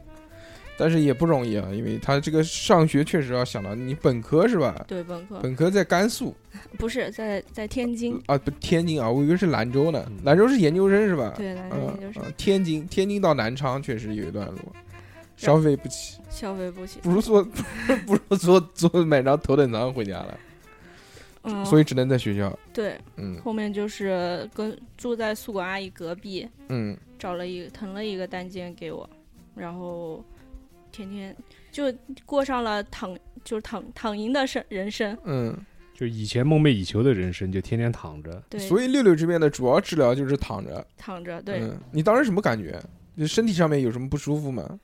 但是也不容易啊，因为他这个上学确实要想到你本科是吧？
对，本科
本科在甘肃
不是在在天津，
啊，不天津啊，我以为是兰州呢
嗯。
兰州是研究生是吧？
对，男
嗯
生就是
嗯天津，天津到南昌确实有一段路，消费不起，
消费不起，
不如坐， (laughs) 不如坐坐买张头等舱回家了，
嗯，
所以只能在学校。
对，
嗯
后面就是跟住在宿管阿姨隔壁，
嗯，
找了一腾了一个单间给我，然后天天就过上了躺就是躺躺赢的生人生。
嗯，
就以前梦寐以求的人生，就天天躺着。
对，
所以六六这边的主要治疗就是躺着。
躺着对，
嗯，你当时什么感觉？就身体上面有什么不舒服吗？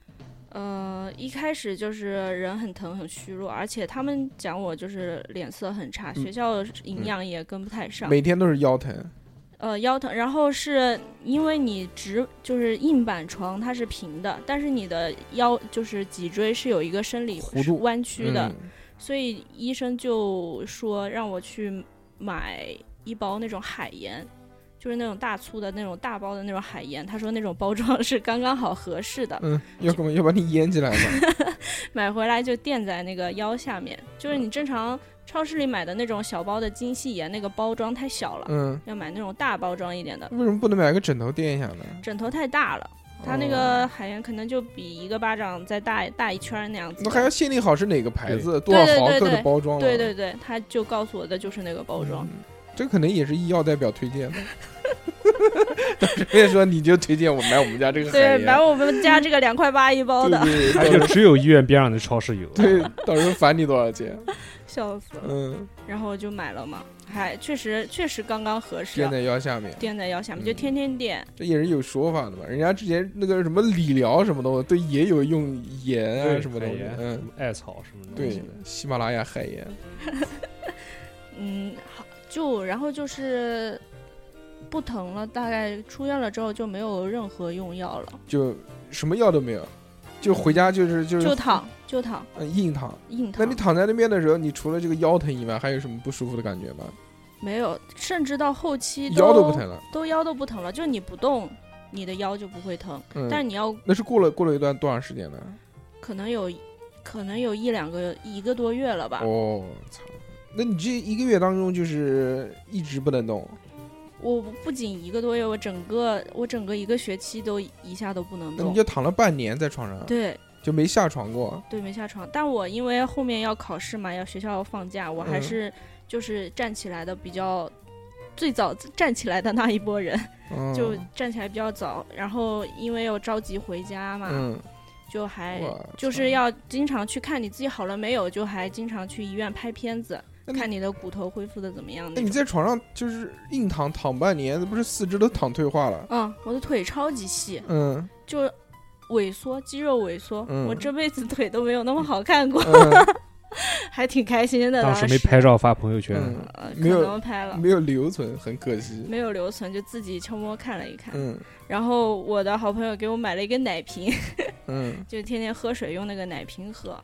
呃，一开始就是人很疼很虚弱，而且他们讲我就是脸色很差，
嗯
学校营养也跟不太上，
每天都是腰疼。
呃，腰疼。然后是因为你直就是硬板床它是平的，但是你的腰就是脊椎是有一个生理
弧度
弯曲的，
嗯，
所以医生就说让我去买一包那种海盐，就是那种大粗的那种大包的那种海盐。他说那种包装是刚刚好合适的，
嗯，要干嘛？要把你淹起来
(laughs)
吧。
买回来就垫在那个腰下面。就是你正常超市里买的那种小包的精细盐，那个包装太小了，
嗯，
要买那种大包装一点的。
为什么不能买个枕头垫一下呢？
枕头太大了，它那个
哦
海盐可能就比一个巴掌再大大一圈儿那样子。
那还要限定好是哪个牌子、多
对
少
对
毫
对
克的
对
包装了。啊
对对对，他就告诉我的就是那个包装。
嗯这可能也是医药代表推荐的。 (laughs) 直接说你就推荐我买我们家
(laughs)
这个嗯海
对，
盐，
买我们家这个两块八一包的，
对
(laughs)
它就只有医院边上的超市有。啊
对，到时候返你多少钱？
笑死了。
嗯，
然后我就买了嘛，还确实确实刚刚合适
垫，在腰下面，
垫在腰下面
嗯
就天天垫。
这也是有说法的嘛。人家之前那个什么理疗什么东西，对也有用盐啊
对
什么东西
海，盐什
嗯，
么艾草什么东西
对
的，
喜马拉雅海盐，
嗯，好，就然后就是不疼了，大概出院了之后就没有任何用药了，
就什么药都没有，就回家就是就
就是躺就躺
嗯硬躺。
硬躺
那你，躺在那边的时候，你除了这个腰疼以外，还有什么不舒服的感觉吗？
没有，甚至到后期
腰都不疼，了，
都腰都不疼了，就是你不动，你的腰就不会疼，
嗯，
但是你要
那是过了过了一段多长时间呢？
可能有可能有一两个一个多月了吧，
哦，操！那你这一个月当中就是一直不能动，
我不仅一个多月，我整个我整个一个学期都一下都不能
那你
动。
就躺了半年在床上，
对
就没下床过。
对，没下床。但我因为后面要考试嘛，要学校要放假，我还
嗯
是就是站起来的比较最早站起来的那一波人，
嗯，
就站起来比较早。然后因为又着急回家嘛，
嗯，
就还
我
就是要经常去看你自己好了没有，就还经常去医院拍片子，
那你
看你的骨头恢复的怎么样
那
那
你
种。
在床上就是硬躺躺半年，那不是四肢都躺退化了？
嗯，我的腿超级细，
嗯
就萎缩，肌肉萎缩。
嗯
我这辈子腿都没有那么好看过，
嗯
还挺开心的。
当
时
时没拍，照发朋友圈，
啊嗯，
呃，可
没有
能拍了，
嗯没有留存，很可惜。
没有留存，就自己悄摸看了一看。
嗯
然后我的好朋友给我买了一个奶瓶，
嗯，
就天天喝水用那个奶瓶喝。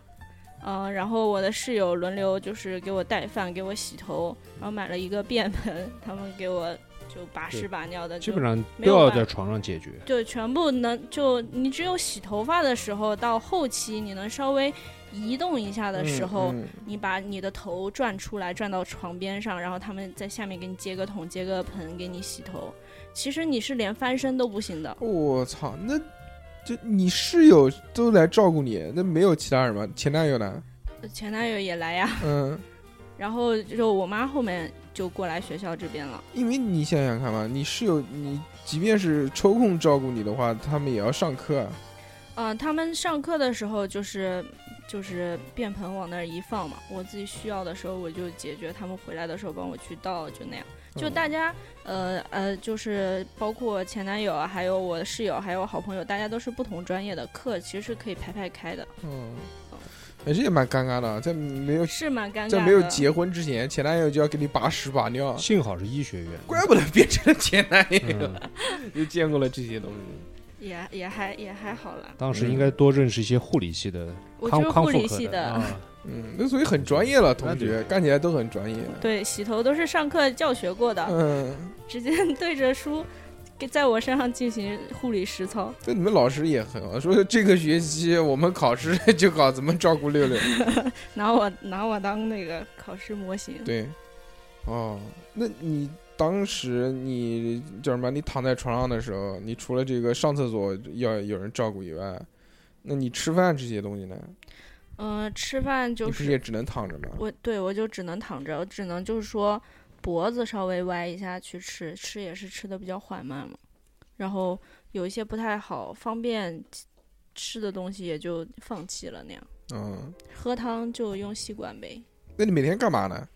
嗯、然后我的室友轮流就是给我带饭，给我洗头，然后买了一个便盆，他们给我就把屎
对
把尿的，
基
就
本上
没
都
有
要
办
在床上解决。
对，全部能就你只有洗头发的时候，到后期你能稍微移动一下的时候，
嗯
你把你的头转出来，转到床边上，然后他们在下面给你接个桶、接个盆给你洗头。其实你是连翻身都不行的，
哦我操，那就你室友都来照顾你，那没有其他人吗？前男友呢？
前男友也来呀，
嗯，
然后就我妈后面就过来学校这边了。
因为你想想看嘛，你室友，你即便是抽空照顾你的话，他们也要上课啊。
嗯、他们上课的时候就是就是便盆往那儿一放嘛，我自己需要的时候我就解决，他们回来的时候帮我去倒，就那样。
嗯
就
嗯
大家呃呃，就是包括前男友啊，还有我的室友，还有我好朋友，大家都是不同专业的课，其实是可以排排开的，
嗯，也是也蛮尴尬的，在没
嗯
有
是蛮尴尬的。
在没有结婚之前，前男友就要给你把屎把尿，
幸好是医学院，
怪不得变成前男友，
嗯
就见过了这些东西。
也也还也还好啦。
当时应该多认识一些护理系的
我
康
就是
康
护
复
理
科
系
的
的，
啊，
嗯，那所以很专业了，同
那
学
对
干起来都很专业。
对，洗头都是上课教学过的，
嗯，
直接对着书给在我身上进行护理实操。
对你们老师也很好，说这个学期我们考试 (laughs) 就考怎么照顾六 (laughs) 六。
拿我拿我当那个考试模型，
对，哦，那你当时你叫什么？你躺在床上的时候，你除了这个上厕所要有人照顾以外，那你吃饭这些东西呢？
嗯、吃饭
你
就
不是
是
也只能躺着吗？
我对我就只能躺着，我只能就是说脖子稍微歪一下去吃，吃也是吃的比较缓慢嘛，然后有一些不太好方便吃的东西也就放弃了那样，
嗯，
喝汤就用吸管呗。
那你每天干嘛呢？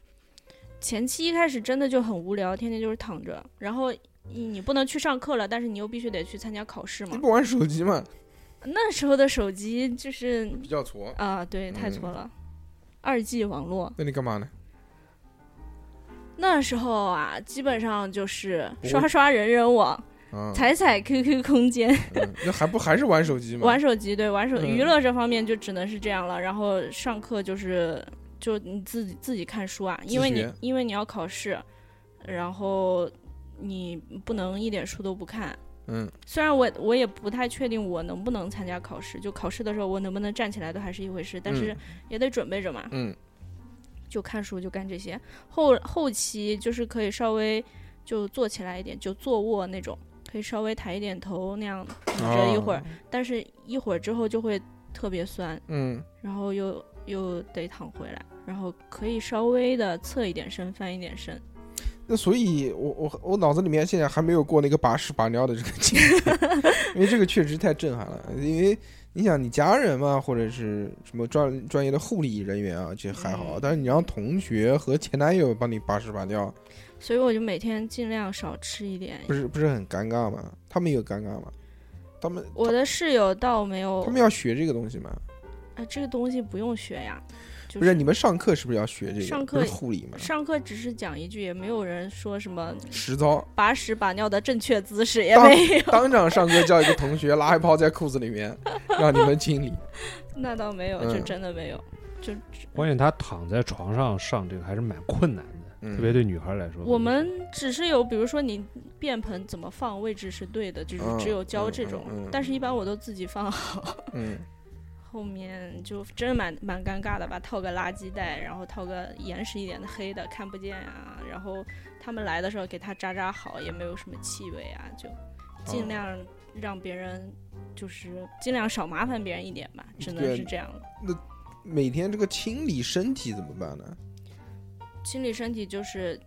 前期一开始真的就很无聊，天天就是躺着，然后你你不能去上课了，但是你又必须得去参加考试
你
嘛。
不玩手机吗？
那时候的手机就是
比较挫。
啊，对，太
嗯
错了，二 G 网络。
那你干嘛呢？
那时候啊，基本上就是
不会
刷刷人人网、
啊、
踩踩 QQ 空间、
嗯，那还不还是玩手机吗？
玩手机，对，玩手
嗯
娱乐这方面就只能是这样了。然后上课就是就你自己自己看书啊，因为你
学
因为你要考试，然后你不能一点书都不看。
嗯，
虽然我我也不太确定我能不能参加考试，就考试的时候我能不能站起来都还是一回事，但是也得准备着嘛，
嗯
就看书就干这些。后后期就是可以稍微就坐起来一点，就坐卧那种，可以稍微抬一点头那样
嗯，
着一会儿，
哦，
但是一会儿之后就会特别酸，
嗯，
然后又又得躺回来，然后可以稍微的侧一点身，翻一点身。
那所以我，我我脑子里面现在还没有过那个把屎把尿的这个经历， (laughs) 因为这个确实太震撼了。因为你想，你家人嘛，或者是什么专专业的护理人员啊，这还好，
嗯
但是你让同学和前男友帮你把屎把尿，
所以我就每天尽量少吃一点
不。是不是很尴尬吗？他们有尴尬吗？他们
我的室友倒没有，
他们要学这个东西吗？
啊，这个东西不用学呀，就
不是你们上课是不是要学这个？
上课
不是护理吗？
上课只是讲一句，也没有人说什么
实操，
把屎把尿的正确姿势，也
当
没有，
当场上课叫一个同学拉一泡在裤子里
(laughs)
面，让你们经理。
那倒没有，
嗯
就真的没有。就
关键他躺在床上上这个还是蛮困难的，
嗯
特别对女孩来说。
我们只是有，比如说你便盆怎么放位置是对的，就是
嗯
只有教这种，
嗯嗯嗯
但是一般我都自己放好。
嗯，
后面就真的蛮蛮尴尬的吧，套个垃圾袋，然后套个严实一点的黑的，看不见啊。然后他们来的时候给它扎扎好，也没有什么气味啊，就尽量让别人就是尽量少麻烦别人一点吧，只能
对
是这样了。
每天这个清理身体怎么办呢？
清理身体就是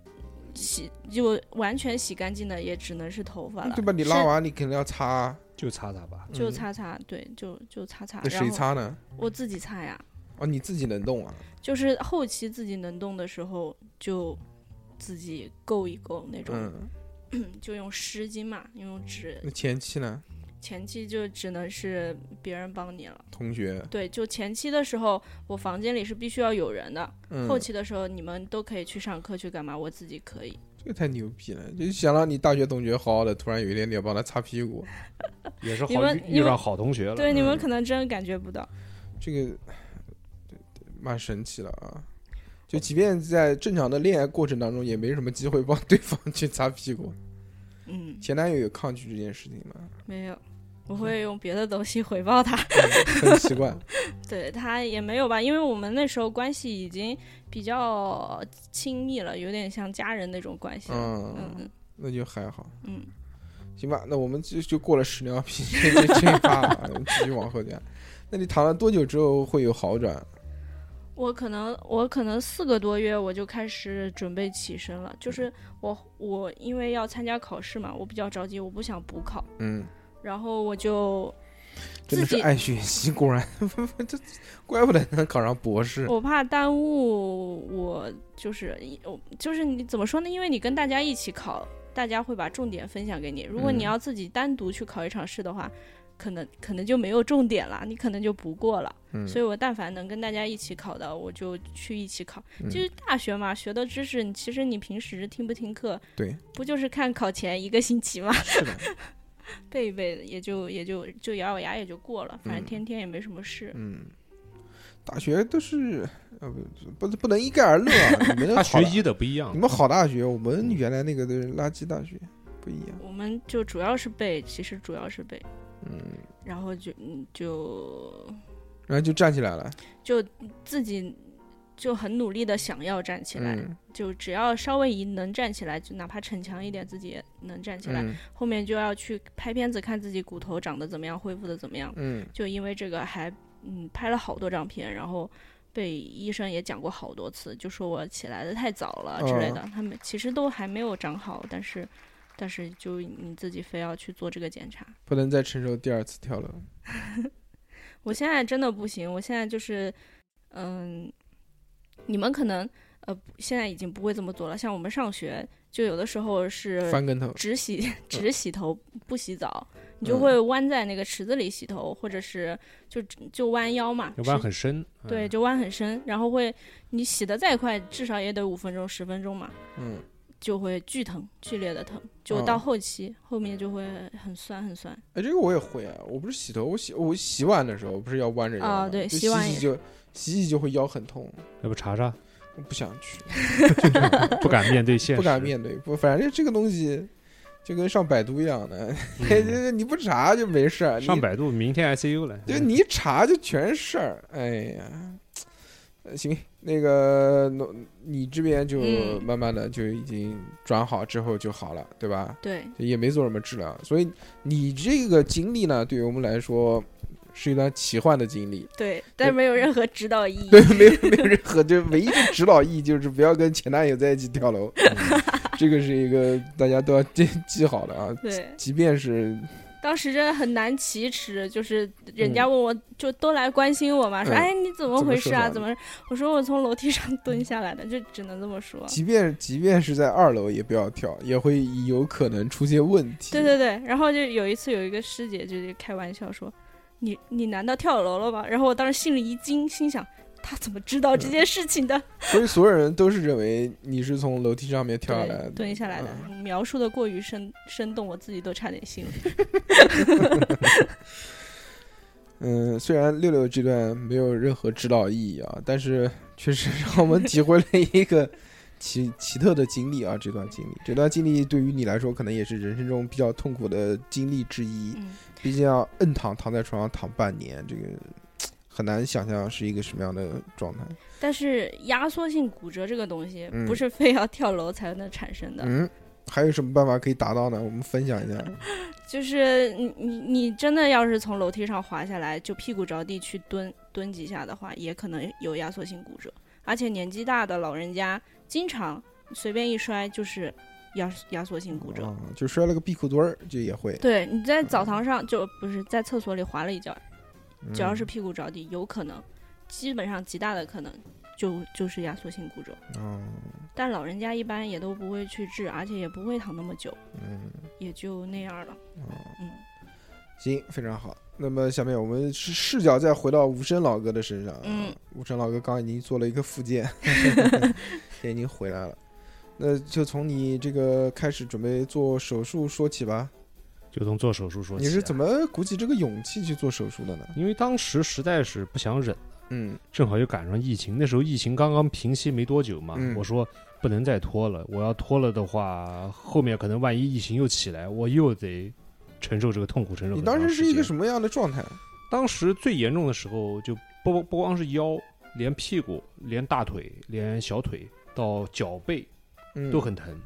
洗就完全洗干净的，也只能是头发了，
对吧？你拉
是
完你肯定要擦啊，
就擦擦吧，
就
嗯。
擦擦，对，就就擦擦。
那
然
谁
后
擦呢？
我自己擦呀，
哦，你自己能动啊？
就是后期自己能动的时候就自己够一够那种。
嗯，
就用湿巾嘛，用纸。
那前期呢？
前期就只能是别人帮你了。
同学，
对，就前期的时候，我房间里是必须要有人的。
嗯，
后期的时候，你们都可以去上课去干嘛，我自己可以。
这个太牛逼了！就想让你大学同学好好的，突然有一天你要帮他擦屁股，
也是好
你们
遇
你
遇
们
上好同学了。
对，你
嗯
们可能真感觉不到。
这个对对蛮神奇的啊。就即便在正常的恋爱过程当中，也没什么机会帮对方去擦屁股。
嗯，
前男友有抗拒这件事情吗？
没
嗯
有，我会用别的东西回报他。 (laughs)
很奇怪。
对他也没有吧，因为我们那时候关系已经比较亲密了，有点像家人那种关系了。嗯
嗯，
嗯
那就还好。
嗯，
行吧，那我们就就过了屎尿屁这这这一趴了，我们 (laughs) 继续往后讲。那你躺了多久之后会有好转？
我可能我可能四个多月我就开始准备起身
嗯
了，就是我我因为要参加考试嘛，我比较着急，我不想补考，
嗯，
然后我就
真的
自
是
己
爱学习， (laughs) 果然，这怪不得能考上博 (laughs) 士。
我怕耽误我，就是一我就是你怎么说呢？因为你跟大家一起考，大家会把重点分享给你。如果
嗯
你要自己单独去考一场试的话，可能可能就没有重点了，你可能就不过了。
嗯
所以我但凡能跟大家一起考的，我就去一起考。
嗯
就是大学嘛，学的知识，你其实你平时听不听课，
对，
不就是看考前一个星期嘛，
是的，
(laughs) 背一背也就也就就咬咬牙也就过了，
嗯
反正天天也没什么事。
嗯，大学都是呃不不不能一概而论啊。你们
他学
好大
医的不一样
你，们好大学，我们原来那个都是垃圾大学，不一样。
我们就主要是背，其实主要是背。
嗯，
然后就嗯就
然后就站起来了。
就自己就很努力的想要站起来，
嗯
就只要稍微一能站起来，就哪怕逞强一点，自己也能站起来。
嗯
后面就要去拍片子，看自己骨头长得怎么样，恢复的怎么样。
嗯
就因为这个还嗯拍了好多张片，然后。被医生也讲过好多次，就说我起来的太早了之类的。他们其实都还没有长好，但是，但是就你自己非要去做这个检查。 (laughs)
不能再承受第二次跳楼。
我现在真的不行，我现在就是，嗯，你们可能呃不现在已经不会这么做了。像我们上学，就有的时候是
翻跟头，
只洗只洗头不洗澡，你就会弯在那个池子里洗头，或者是就就弯腰嘛，
要不然
池
很深。
对，
嗯，
就弯很深，然后会你洗的再快，至少也得五分钟十分钟嘛，
嗯，
就会剧疼，剧烈的疼，就
嗯
到后期、后面就会很酸很酸。
哎，这个我也会啊。我不是洗头，我洗我洗碗的时候不是要弯着腰
啊
吗
对
就
洗碗
洗
也
就洗洗就会腰很痛，
要不查查，
我不想去，
不敢面对现
(laughs) 不
实，
敢面对。不，反正这个东西就跟上百度一样的， (laughs)
嗯。
你不查就没事儿，你
上百度，明天 ICU 了。
就你一查就全是事儿，哎呀，呃行，那个农你这边就
嗯
慢慢的就已经转好之后就好了，对吧？
对，
也没做什么治疗，所以你这个经历呢，对于我们来说是一段奇幻的经历，
对，但没有任何指导意义。
(laughs)
(laughs)
对，没有没有任何，就唯一的指导意义就是不要跟前男友在一起跳楼，嗯这个是一个大家都要记记好的啊，
对，
即便是
当时真的很难启齿，就是人家问我、就都来关心我嘛，说
嗯
哎你嗯怎么回事啊？
怎
怎
么
么？我说我从楼梯上蹲下来的，就只能这么说。
即便即便是在二楼也不要跳，也会有可能出现问题。
对对对，然后就有一次有一个师姐就是开玩笑说，你你难道跳楼了吗？然后我当时心里一惊，心想他怎么知道这
嗯
件事情的？
所以所有人都是认为你是从楼梯上面跳下来
对，蹲下来的，
嗯
描述的过于生生动，我自己都差
(laughs)
点信了。
嗯，虽然六六这段没有任何指导意义啊，但是确实让我们体会了一个奇奇特的经历啊。这段经历，这段经历对于你来说，可能也是人生中比较痛苦的经历之一。
嗯，
毕竟要硬躺躺在床上躺半年，这个很难想象是一个什么样的状态。
但是压缩性骨折这个东西
嗯
不是非要跳楼才能产生的，
嗯，还有什么办法可以达到呢？我们分享一下。
就是你你你真的要是从楼梯上滑下来，就屁股着地去蹲蹲几下的话，也可能有压缩性骨折。而且年纪大的老人家，经常随便一摔就是压压缩性骨折。
哦
啊，就摔了个屁股墩儿，就也会。
对，你在
嗯
澡堂上就不是在厕所里滑了一跤，
嗯
只要是屁股着地，有可能，基本上极大的可能就就是压缩性骨折。
哦，
但老人家一般也都不会去治，而且也不会躺那么久，
嗯，
也就那样了。
哦
嗯，
行，非常好。那么下面我们视视角再回到无声老哥的身上。
嗯，
无声老哥刚刚已经做了一个复健，也已经回来了。那就从你这个开始准备做手术说起吧。
就从做手术说起。啊
你是怎？么鼓起这个勇气去做手术的呢？
因为当时实在是不想忍，
嗯
正好又赶上疫情，那时候疫情刚刚平息没多久嘛，
嗯
我说不能再拖了，我要拖了的话，后面可能万一疫情又起来，我又得承受这个痛苦，承受。
你当时是一个什
么？
么样的状态？
当时最严重的时候，就不不光是腰，连屁股、连大腿、连小腿到脚背
嗯，
都很疼，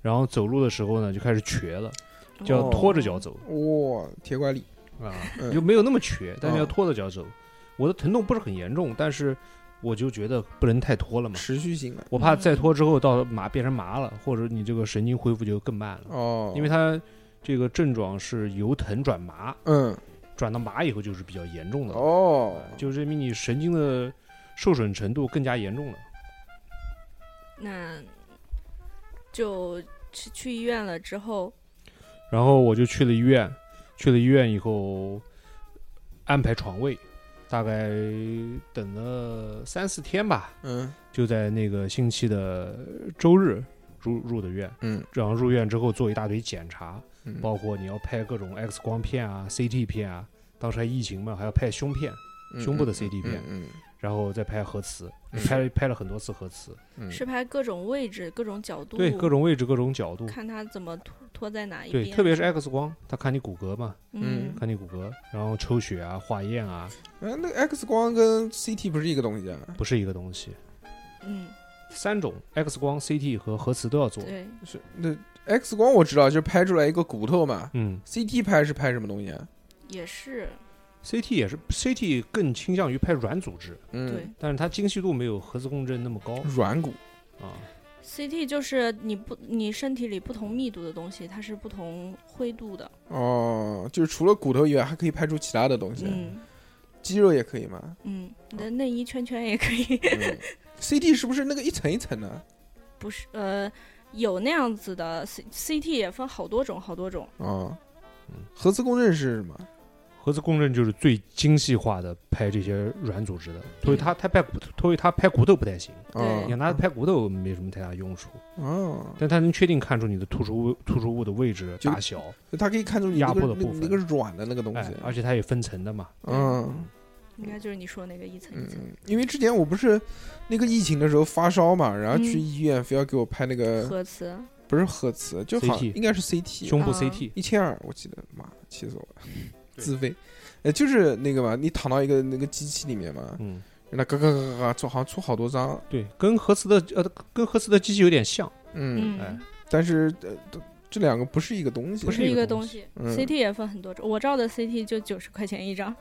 然后走路的时候呢，就开始瘸了，就
哦
要拖着脚走。
哇，铁拐李。
啊
嗯，
就没有那么瘸，但是要
嗯
拖着脚走。我的疼痛不是很严重，但是我就觉得不能太拖了嘛，
持续性的。
我怕再拖之后到麻变成麻了，或者你这个神经嗯恢复就更慢了，
哦，
因为它这个症状是由疼转麻，
嗯
转到麻以后就是比较严重的了，
哦，
嗯就证明你神经的受损程度更加严重了。
那就去去医院了之后，
然后我就去了医院，去了医院以后安排床位，大概等了三四天吧，
嗯
就在那个星期的周日入入的院，
嗯
然后入院之后做一大堆检查，
嗯
包括你要拍各种 X 光片啊、CT 片啊，当时还疫情嘛，还要拍胸片，胸部的 CD 片
嗯
然后再拍核磁，
嗯
拍拍了很多次核磁，
嗯，
是拍各种位置、各种角度，
对各种位置、各种角度，
看他怎么拖拖在哪一边。
对，特别是 X 光，他看你骨骼嘛，
嗯
嗯
看你骨骼，然后抽血啊、化验啊，
哎，那 X 光跟 CT 不是一个东西啊？
不是一个东西。
嗯，
三种 X 光、CT 和核磁都要做。
对，
是那 X 光我知道，就是拍出来一个骨头嘛。
嗯
CT 拍是拍什么东西啊？
也是
，CT 也是，CT 更倾向于拍软组织，
对
嗯，。
但是它精细度没有核磁共振那么高
软骨。
啊。
CT 就是你不你身体里不同密度的东西，它是不同灰度的。
哦，就是除了骨头以外，还可以拍出其他的东西，
嗯
肌肉也可以
(laughs)
吗？
嗯，你的内衣圈圈也可以，
嗯 CT 是不是那个一层一层的？
不是呃，有那样子的 C CT 也分好多种好多种。
哦
嗯，
核磁共振是什么？
核磁共振就是最精细化的拍这些软组织的，所以它它拍骨，所以它拍骨头不太行。
哦
你看它拍骨头没什么太大用处，
哦，
但它能确定看出你的突出物突出物的位置、
就
大小，
它可以看出你那
压
个
迫的
那
部分
那个软的那个东
哎
西，。
而且它也分层的嘛。
嗯
应该就是你说那个一层一层、
嗯，因为之前我不是那个疫情的时候发烧嘛，然后去
嗯
医院非要给我拍那个
核磁，
不是核磁，就好
CT
应该是 CT，
胸部
啊
CT， (laughs)
一千二，我记得，妈，气死我了，自费，呃，就是那个嘛，你躺到一个那个机器里面嘛，
嗯，
让它嘎嘎嘎嘎嘎出，好像出好多张，
对，跟核磁的呃跟核磁的机器有点像，
嗯，
嗯，
哎
但是呃，都这两个不是一个东西，
不
是
一
一
个
个
东
东西。
嗯
CT 也分很多种，我照的 CT 就九十块钱一张，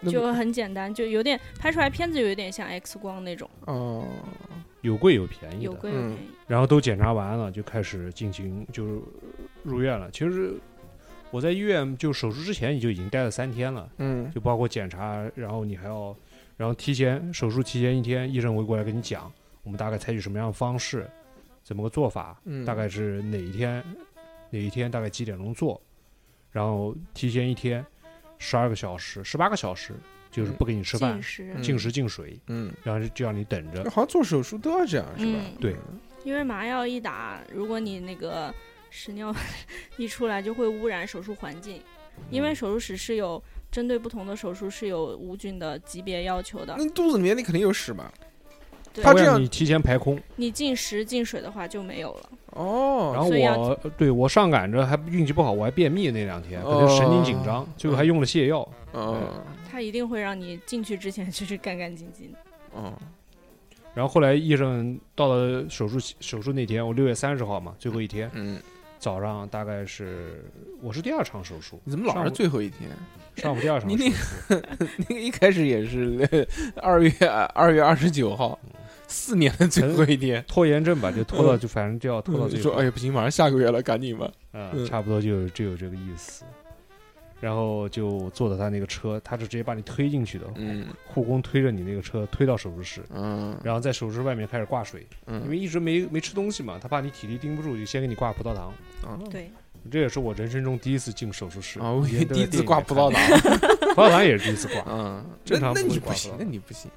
那
就
么
很简单，就有点拍出来片子有点像 X 光那种，
哦，
有贵有便宜
有
的。
贵有
嗯
便宜。
然后都检查完了，就开始进行就是入院了。其实我在医院就手术之前，你就已经待了三天了，
嗯
就包括检查，然后你还要，然后提前手术提前一天，医生会过来跟你讲，我们大概采取什么样的方式，怎么个做法，
嗯，
大概是哪一天，哪一天大概几点钟做，然后提前一天，十二个小时、十八个小时，就是不给你吃饭
近，视，
嗯
禁食禁水，
嗯，
然后就让你等着
那。好像做手术都要这样是吧
嗯？
对
因为麻药一打，如果你那个屎尿 (laughs) 一出来，就会污染手术环境。因为手术室是有针对不同的手术是有无菌的级别要求的。
那肚子里面你肯定有屎嘛，
对
嗯他
会
这
让
样
你提前排空。
你进食进水的话就没有了。
哦，
然后
所以要
我对我上赶着还运气不好，我还便秘那两天，可能神经紧张，最后还用了泻药。
哦
它一定会让你进去之前 (laughs) 就是干干净净的。
哦，
然后后来医生到了手术手术那天，我六月三十号嘛，最后一天
嗯，
早上大概是我是第二场手术，
你怎么老
上
是
午
最后一天？
嗯上午第二场
你
手术
那，个那个一开始也是 (laughs) 二月二月二十九号，
嗯
四年的最后一天。嗯
拖延症吧，就拖到就反正就要拖嗯到最
说
后
哎，呀不行，马上下个月了，赶紧吧。
嗯，
嗯
差不多就有就有这个意思。然后就坐到他那个车，他是直接把你推进去的，
嗯
护工推着你那个车推到手术室，
嗯
然后在手术室外面开始挂水。因
嗯，
为一直没没吃东西嘛，他怕你体力盯不住，就先给你挂葡萄糖。
啊
对，
这也是我人生中第一次进手术室
啊，我以
以
为
前
第一
都在
次挂葡
电
萄
影里看
糖。
的，葡萄糖也是第一次挂。
嗯， (laughs)
正常
那
不
那
会
你不
挂葡
行
萄，
那你不行。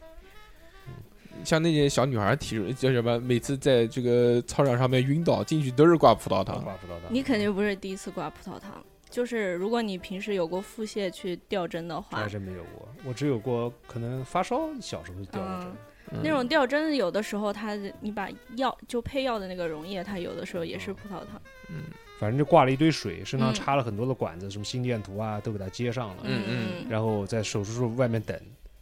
像那些小女孩体叫什么，每次在这个操场上面晕倒进去都是挂葡萄
我
糖。
挂葡萄糖，
你肯定不是第一次挂葡萄糖，就是如果你平时有过腹泻去吊针的
我
话
还，真没有过，我只有过可能发烧，小时候掉过针
嗯。那种吊针有的时候它你把药就配药的那个溶液，它有的时候也是葡萄糖。
反正就挂了一堆水，身上
嗯
插了很多的管子，什么心电图啊都给它接上了，
嗯
嗯
然后在手术室外面等，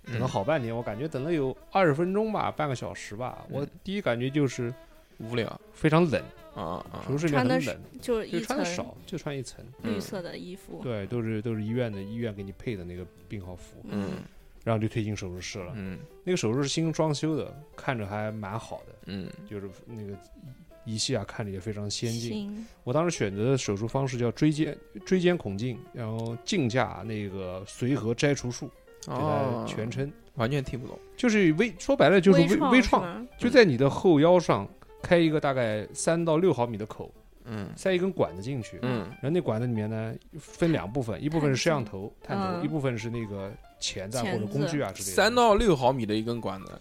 等了好半天，我感觉等了有二十分钟吧，半个小时吧。我
嗯
第一感觉就是
无聊
非常冷，
啊啊嗯
手术室里面
穿的
很
是
冷，
就是
就
一层
穿的少，就穿一层。
绿色的衣服。
对，都是都是医院的医院给你配的那个病号服，
嗯
然后就推进手术室了。
嗯
那个手术室新装修的，看着还蛮好的，
嗯
就是那个医仪器啊看着也非常先进。
行
我当时选择的手术方式叫椎间椎间孔镜，然后镜架那个髓核摘除术，给它
哦，
全称、
完全听不懂。
就是微说白了就是微
创
微
是
创，
吗
就在你的后腰上开一个大概三到六毫米的口，
嗯
塞一根管子进去，
嗯
然后那管子里面呢分两部分，一部分是摄像头探头，
嗯
一部分是那个钳子啊或
钳
者
子
工具啊之类的。
三到六毫米的一根管子，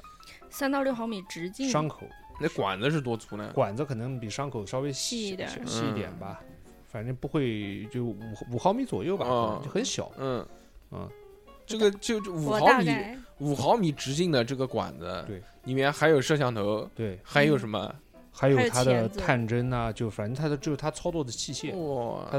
三到六毫米直径，
伤口
那管子是多粗呢？
管子可能比伤口稍微细
细一点
嗯
细
儿
细一点吧，反正不会就五五毫米左右吧，
哦
可能就很小。
嗯
嗯，
这个就就五
我
毫
大
米
概
五毫米直径的这个管子，
对，
里面还有摄像头，
对，
还有什么？
还有
还有
它的
钳子哦
探针呐、就反正它的就是它操作的器械，它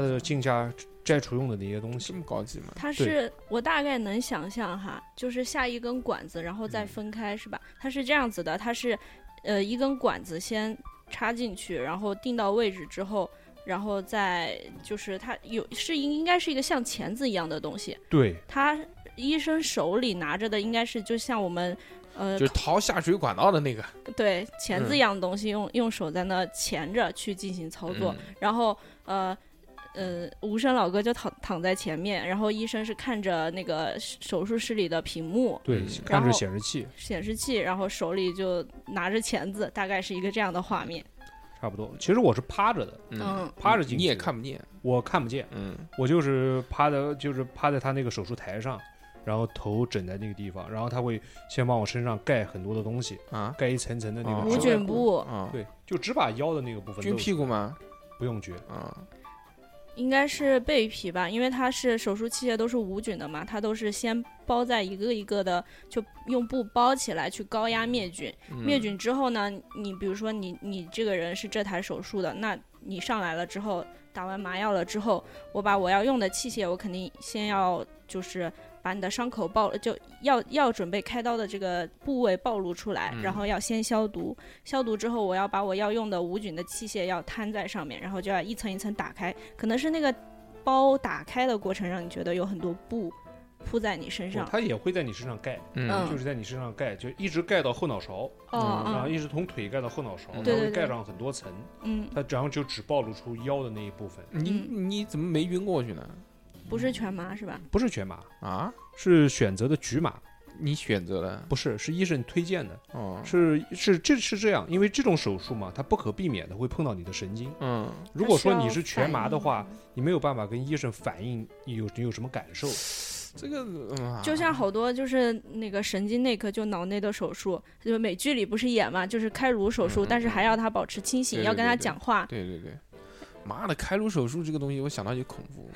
哇，
的镜架摘除用的那些东
这
嗯
西。
么高级吗？
它是我大概能想象哈，就是下一根管子，然后
嗯
再分开、是吧？它是这样子的，它是呃一根管子先插进去，然后定到位置之后，然后再就是它有是应应该是一个像钳子一样的东西，
对，
它医生手里拿着的应该是就像我们呃
就是掏下水管道的那个
对钳
嗯
子一样的东西，用用手在那钳着去进行操
嗯
作，然后呃呃，无声老哥就躺躺在前面，然后医生是看着那个手术室里的屏幕
对
嗯，
看
然
着
后
显示器
显示器，然后手里就拿着钳子，大概是一个这样的画面。
差不多。其实我是趴着的，
嗯，嗯，
嗯，
趴着进去，
你也看不见，
我看不见，
嗯，
我就是趴的，就是趴在他那个手术台上，然后头枕在那个地方，然后他会先往我身上盖很多的东西，
啊
盖一层层的那
哦
个
无
纸
菌布
啊，
对，就只把腰的那个部分
撅
露
屁
出，
股吗？
不用撅，
啊，
应该是背皮吧，因为它是手术器械都是无菌的嘛，它都是先包在一个一个的，就用布包起来去高压灭菌。
嗯
灭菌之后呢，你比如说你你这个人是这台手术的，那你上来了之后，打完麻药了之后，我把我要用的器械，我肯定先要就是把你的伤口暴，就要要准备开刀的这个部位暴露出来，
嗯
然后要先消毒，消毒之后，我要把我要用的无菌的器械要摊在上面，然后就要一层一层打开，可能是那个包打开的过程让你觉得有很多布铺在你身上
哦，它也会在你身上盖，
嗯
啊嗯
就是在你身上盖，就一直盖到后脑勺，
哦
然后
嗯
一直从腿盖到后脑勺，
嗯
它
对
会
对对
盖上很多层，
嗯，
它然后就只暴露出腰的那一部分，
你你怎么没晕过去呢？
不是全麻是吧？
不是全麻，
啊，
是选择的局麻，
你选择了
不是，是医生推荐的，
哦，
是是这是这样，因为这种手术嘛，它不可避免的会碰到你的神经。
嗯，
如果说
它需要
你是全麻的话
反应，
你没有办法跟医生反映你有你有什么感受，
这个嗯啊
就像好多就是那个神经内科，就脑内的手术，就是美剧里不是演嘛，就是开颅手术，
嗯嗯
但是还要他保持清
对
醒，
对
要跟他
对对
讲话。
对对对，妈的，开颅手术这个东西，我想到就恐
(laughs)
怖。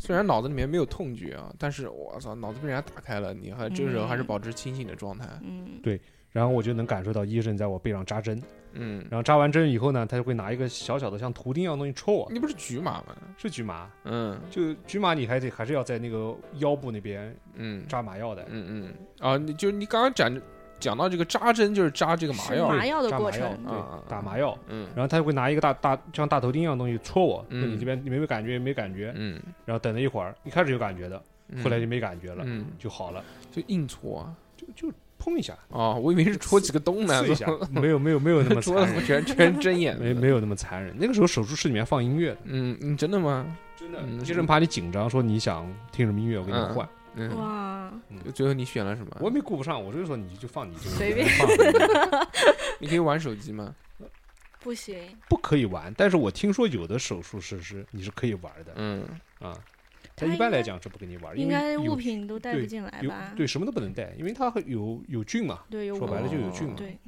虽然脑子里面没有痛觉啊，但是我操，脑子被人家打开了，你还这个时候还是
嗯
保持清醒的状态。
嗯，
然后我就能感受到医生在我背上扎针，
嗯，
然后扎完针以后呢，他就会拿一个小小的像图钉一样的东西戳我，
你不是局麻吗？
是局麻，
嗯
就局麻你还得还是要在那个腰部那边
嗯
扎麻药的，
嗯嗯啊，你就你刚刚讲讲到这个扎针，就是扎这个麻
是
药。
麻药的
扎
过
麻药，
程，
啊啊啊
对，打麻药，
嗯
然后他就会拿一个大大像大头钉一样的东西戳我，
嗯
说你这边你没有感觉没感觉，
嗯，
然后等了一会儿，一开始有感觉的，
嗯
后来就没感觉了，
嗯
就好了，
就硬戳啊。
就就碰一下，
哦，我以为是戳几个洞呢， (laughs)
刺一下，没有没有没有那么
戳
残
的
忍， (laughs)
全全针眼。
没没有那么残忍。那个时候手术室里面放音乐的，
嗯，嗯，真的吗？
真的
嗯
医生怕你紧张，说你想听什么音乐，我给你
嗯
换。
嗯，
哇，
(laughs)
最后你选了什么？
我也没顾不上，我就说你就放你这个，
随
(laughs)
便
放你这个
你可以玩手机吗？
不行，
不可以玩。但是我听说有的手术室是你是可以玩的
嗯，
啊，
他
但一般
应该
来讲是不给你玩，
应
啊因为
该
有
物品都带不
对
进来
有
吧？
对什么都不能带，因为它会有有菌嘛，
对，有
说白了
污
就有菌嘛。
对，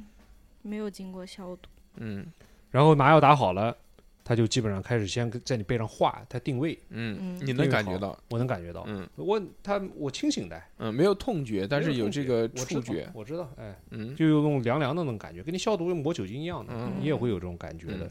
没有经过消毒。
嗯
然后麻药打好了，他就基本上开始先在你背上画，他定位，
嗯，
嗯
你能
那个
感
好
觉到，
我能感觉到。
嗯
我他我清醒的，
嗯，没有痛觉，但是
没
有
有痛
这
觉
个
我
触
知道
觉，
我知道，哎，
嗯
就有那种凉凉的那种感觉，跟你消毒抹酒精一样的，
嗯
你也会有这种感觉的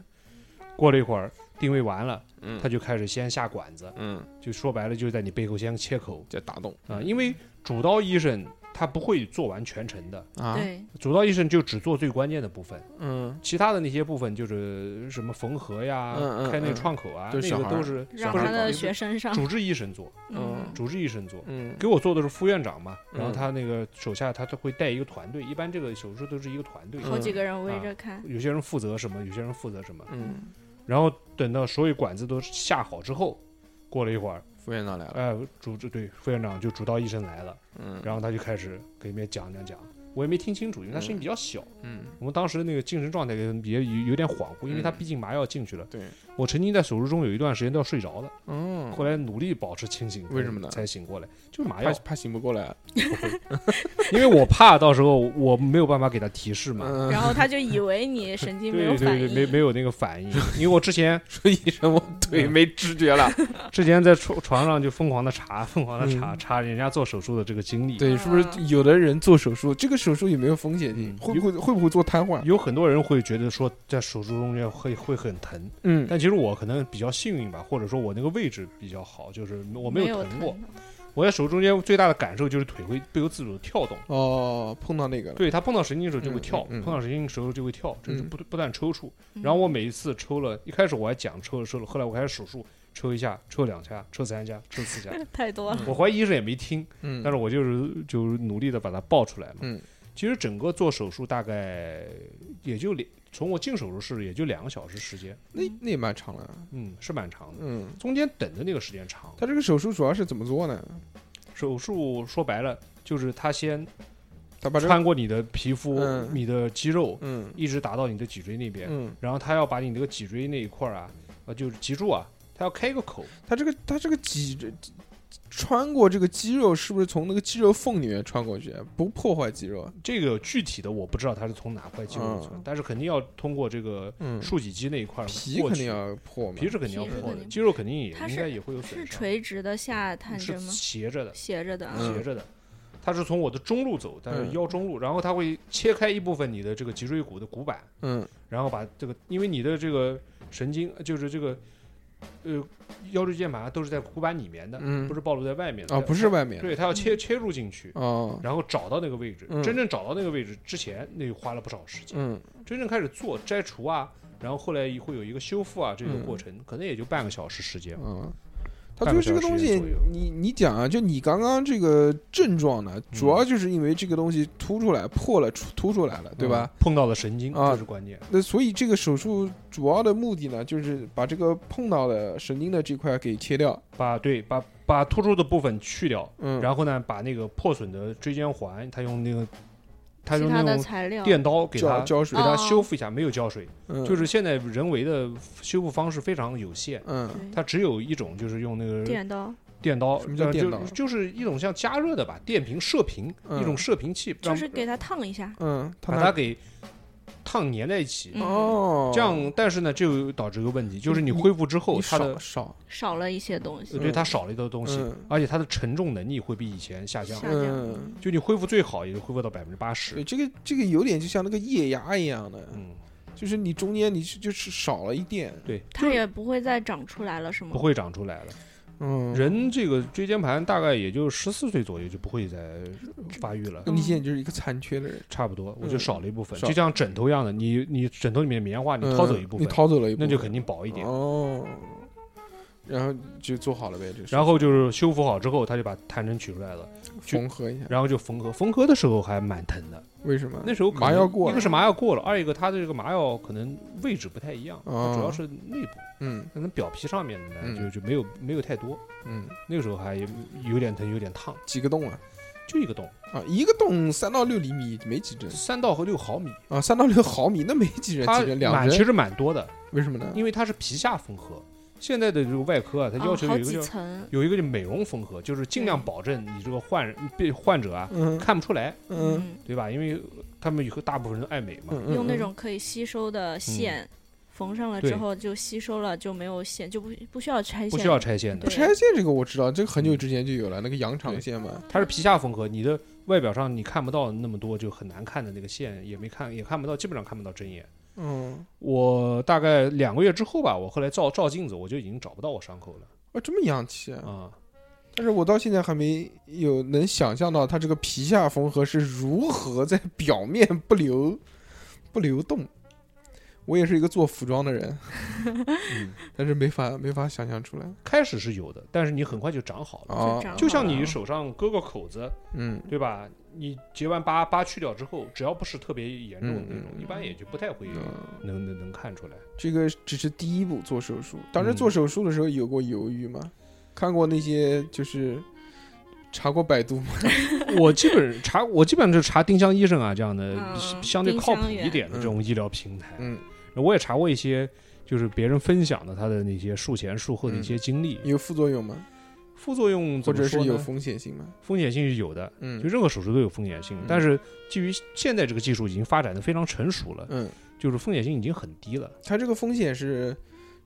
嗯。
过了一会儿，定位完了，
嗯
他就开始先下管子，
嗯，
就说白了就是在你背后先切口
在打洞
啊，因为主刀医生他不会做完全程的，
啊，
对，
主刀医生就只做最关键的部分，
嗯，
其他的那些部分就是什么缝合呀、
嗯嗯
开那个
嗯
创口啊，
就是
那
小
个
孩儿
都是
让
不是
他
搞
的
一
学生上，
主治医生做，
嗯，
主治医生做。
嗯
给我做的是副院长嘛，然后
嗯
他那个手下他都会带一个团队，一般这个手术都是一个团队，
好几
嗯
个人围
啊
着看，
有些人负责什么，有些人负责什么，
嗯，
然后等到所有管子都下好之后，过了一会儿，
副院长来了，
哎，主治对副院长就主刀医生来了，
嗯
然后他就开始给里面讲讲讲，我也没听清楚，因为他声音比较小，
嗯
我们当时那个精神状态也有有点恍惚，因为他
嗯
毕竟麻药进去了。
对，
我曾经在手术中有一段时间都要睡着了，
嗯，
后来努力保持清醒，
为什么呢
才醒过来，就是麻
怕
药，
怕醒不过来，
因为我怕到时候我没有办法给他提示嘛。
嗯，
然后他就以为你神经没有
对对
反
对，没
应，
没有那个反应，因为我之前
说医生 (laughs) 我腿没知觉了，
之前在床床上就疯狂的查，疯狂的查
嗯
查人家做手术的这个经历，
对，是不是有的人做手术，这个手术有没有风险性？
嗯
会不会会不会做瘫痪？
有很多人会觉得说在手术中间会会很疼，
嗯
但其实我可能比较幸运吧，或者说我那个位置比较好，就是我没
没
有疼过。
疼的
我在手中间最大的感受就是腿会不由自主的跳动，
哦，碰到那个了，
对它碰到神经的时候就会跳，
嗯嗯嗯
碰到神经的时候就会跳，就是
嗯
不不断抽搐。
嗯
然后我每一次抽了，一开始我还讲抽了抽了，后来我开始数数，抽一下，抽两下，抽三下，抽四下。
(laughs) 太多了，
我怀疑医生也没听，
嗯，
但是我就是就是努力的把它报出来嘛。
嗯
其实整个做手术大概也就两，从我进手术室也就两个小时时间，
那那也蛮长了，
嗯，是蛮长的。
嗯。
中间等的那个时间长，
他这个手术主要是怎么做呢？
手术说白了就是他先
他把这个
穿过你的皮肤、
嗯
你的肌肉，
嗯
一直打到你的脊椎那边，
嗯，
然后他要把你这个脊椎那一块儿啊，呃，就是脊柱啊，他要开一个口，
他这个他这个脊椎穿过这个肌肉，是不是从那个肌肉缝里面穿过去，不破坏肌肉？
这个具体的我不知道它是从哪块肌肉
嗯
存，但是肯定要通过这个
嗯
竖脊肌那一块儿
皮
过
肯
去
定。要破嘛，
皮是肯定要
皮是
破
肯
的，
定
肌肉肯定也
它
应
是
该也会有损
是
伤，嗯
垂直的下探
是
针吗？
斜着的，
斜着的啊，
嗯
斜着的。它是从我的中路走，但是
嗯
腰中路，然后它会切开一部分你的这个脊椎骨的骨板，
嗯
然后把这个，因为你的这个神经就是这个，呃，腰椎间盘都是在骨板里面的，
嗯
不是暴露在外面的。
啊，
它
不是外面
对，它
嗯
要切切入进去，
哦，
然后找到那个位置。
嗯
真正找到那个位置之前，那就花了不少时间。
嗯
真正开始做摘除啊，然后后来会有一个修复啊，这个
嗯
过程、可能也就半个小时时间。
嗯。他觉得这个东
半个小
西
时左右，
你你讲啊，就你刚刚这个症状呢，主
嗯
要就是因为这个东西凸出来、破了、出凸出来了，对吧？
嗯？碰到了神经，
啊
这是关键。
那所以这个手术主要的目的呢，就是把这个碰到的神经的这块给切掉。
把对把把突出的部分去掉，
嗯，
然后呢，把那个破损的椎间环，他用那个他
其
用
他
那
的
种
材料，
电刀给它
浇浇水
给，它
哦
修复一下，没有浇水，
嗯
就是现在人为的修复方式非常有限，
嗯
它只有一种，就是用那个
电刀，
电刀，
什么叫
呃
电
就
刀
就是一种像加热的吧，电瓶射频，
嗯
一种射频器，
就
让
是给它烫一下，
嗯，
把它给烫粘在一起。
嗯
哦，
这样，但是呢，就导致一个问题，就是你
你
恢复之后，
你
它的
少少
少了一些东西
呃，对它少了一个东西
嗯，
而且它的承重能力会比以前下降
下。降。
嗯
嗯
就你恢复最好也就恢复到百分之八十
对，。这个这个有点就像那个液压一样的，
嗯，
就是你中间你是就是少了一点，
对，
它也不会再长出来了，是吗？
不会长出来了。
嗯，
人这个椎间盘大概也就十四岁左右就不会再发育了
嗯
那。你现在就是一个残缺的人，
差不多，我就
嗯
少了一部分，
少
就像枕头一样的，你你枕头里面棉花你掏走一部
嗯
分
你，掏走了一部分，
那就肯定薄一点。
哦，然后就做好了呗，这是
然后就是修复好之后，他就把探针取出来了，
缝合一下，
然后就缝合。缝合的时候还蛮疼的，
为什么
那时候可能
麻药过
一个是麻药过了，二一个它的这个麻药可能位置不太一样，它主要
哦
是内部，
嗯
可能表皮上面的呢
嗯
就就没有没有太多。
嗯，
那个时候还有点疼，有点烫，
几个洞啊
就一个洞，
啊，一个洞三到六厘米，没几针
三到和六毫米，
啊，三到六毫米，那没几针，
它
几针
蛮
两
其
针，嗯
实蛮多的，
为什么呢？
因为它是皮下缝合。现在的这个外科啊，它
啊
要求
好
有一个
几
叫
层，
有一个就美容缝合，就是尽量保证你这个患人被患者啊
嗯
看不出来，
嗯
对吧？因为他们以后大部分人都爱美嘛，
嗯，
用那
嗯
种可以吸收的线缝上了
嗯对
之后就吸收了，就没有线，就不不需要拆线，
不需要拆线的
不
对，
拆线这个我知道，这个很久之前就有了，那个羊肠
嗯对
线嘛，
它是皮下缝合，你的外表上你看不到那么多就很难看的那个线，也没看也看不到，基本上看不到针眼。
嗯，
我大概两个月之后吧，我后来照照镜子，我就已经找不到我伤口了
哦啊，这么洋气啊！
啊、
但是我到现在还没有能想象到它这个皮下缝合是如何在 (laughs) 表面不流不流动。我也是一个做服装的人，
嗯，
(laughs) 但是没法没法想象出来
开始是有的，但是你很快就长好了，
啊
就。长
哦就像
好
你
了
手上割个口子，
嗯，
对吧？你结完疤，疤去掉之后，只要不是特别严重的那
嗯
种，
嗯
一般也就不太会
嗯
能能能看出来。
这个只是第一步做手术。当时
嗯
做手术的时候有过犹豫吗？看过那些就是查过百度吗？
(laughs) 我基本查，我基本上就查丁香医生啊这样的
嗯
相相对
丁
靠谱
香园
一点的这种医疗平台。
嗯，
我也查过一些，就是别人分享的他的那些术前术后的一些经历，
有副作用吗？
副作用
嗯或
怎么
者是
说呢
有风险性吗？
风险性是有的，
嗯
就任何手术都有风险性
嗯。
但是基于现在这个技术已经发展的非常成熟了，
嗯，
就是风险性已经很低了。
它这个风险是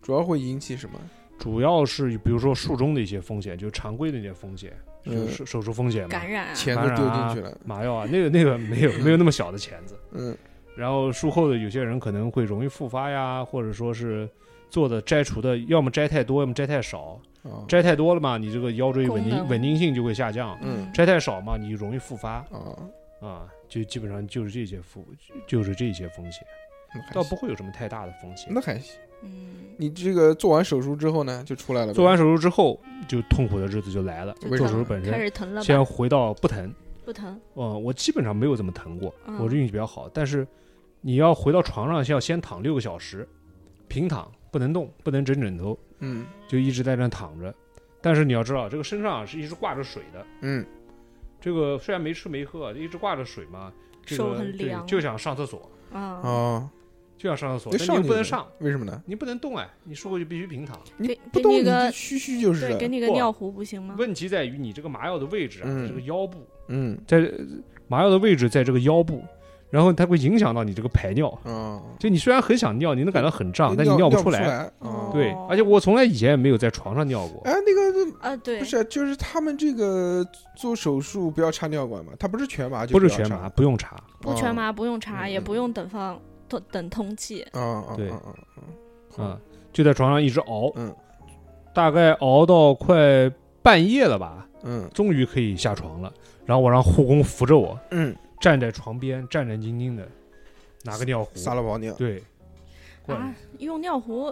主要会引起什么？
主要是比如说术中的一些风险，就是常规的一些风险，就
嗯
是手手术风险嘛
感，染啊，
钱都丢进去了。
麻药啊，那个那个没有没有那么小的钳子。
嗯
然后术后的有些人可能会容易复发呀，或者说是做的摘除的，要么摘太多，要么摘太少。
啊
摘太多了嘛，你这个腰椎稳
功
定
能
稳定性就会下降；
嗯
摘太少嘛，你容易复发
啊，
啊。就基本上就是这些复，就是这些风险，
那还
倒
行
不会有什么太大的风险。
那还行。
嗯，
你这个做完手术之后呢，就出来了呗。
做完手术之后，就痛苦的日子就来了。
就
为
做
什
手术
么
本
开
身，
始疼了吧？
先回到不疼。
不疼，
嗯，我基本上没有怎么疼过，
嗯
我这运气比较好。但是你要回到床上，要先躺六个小时，平躺，不能动，不能枕枕头，
嗯
就一直在那躺着。但是你要知道，这个身上是一直挂着水的。
嗯
这个虽然没吃没喝，一直挂着水嘛，这
手
个
很
对
凉
就想上厕所，
啊，
哦，
就想上厕所，
那
但
上
你又
去
不能上，，
为什么呢？
你不能动哎，你术后就必须平躺。
你
给
不
给
动
你
你就
个
虚虚就是
对，给
了。
你个
不
尿壶不行吗？
问题在于你这个麻药的位置啊，
嗯
这个腰部，
嗯
在呃麻药的位置在这个腰部，然后它会影响到你这个排尿。
啊，
就你虽然很想尿，你能感到很胀，但你
尿
不
出
出来。
来。啊
哦
对，而且我从来以前也没有在床上尿过。
哎，那个
啊，对
不，是，就是他们这个做手术不要插尿管嘛，它不是全麻就
不是
要
全
插
麻，不用查，
不全麻，不用查，
嗯
也
嗯
不用等放等等通气，
啊啊，
对
啊啊啊
啊，就在床上一直熬，
嗯
大概熬到快半夜了吧，
嗯
终于可以下床了。然后我让护工扶着我，
嗯，
站在床边，战战兢兢的，拿个尿壶，
撒了泡尿，
对，灌
啊，用尿壶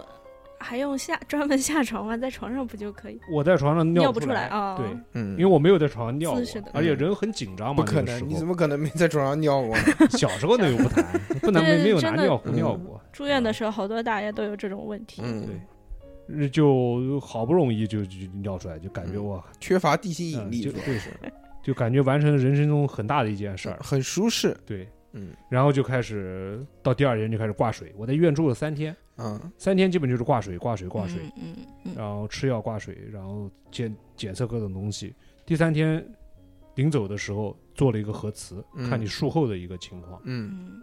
还用下专门下床吗？在床上不就可以？
我在床上
尿
不
不出来啊
对，
嗯
因为，我没有在床上尿过
姿势的，
而且人很紧张
不
嘛，
可
那个时
能，
候
你怎么可能没在床上尿啊
(laughs)
过呢？
小时候那又不
(laughs)
谈，不能没没有拿
真的
尿壶
嗯
尿过，
住院的时候，好多大爷都有这种问题。
嗯，
对，日就好不容易就就尿出来，就感觉
嗯
哇，
缺乏地心引
嗯
力
就
主要
对
是，
就感觉完成了人生中很大的一件事儿，
很舒适，
对，
嗯
然后就开始到第二天就开始挂水，我在医院住了三天，
啊
三天基本就是挂水挂水挂水，
嗯嗯嗯，
然后吃药挂水，然后检检测各种东西。第三天临走的时候做了一个核磁，
嗯
看你术后的一个情况，
嗯，
嗯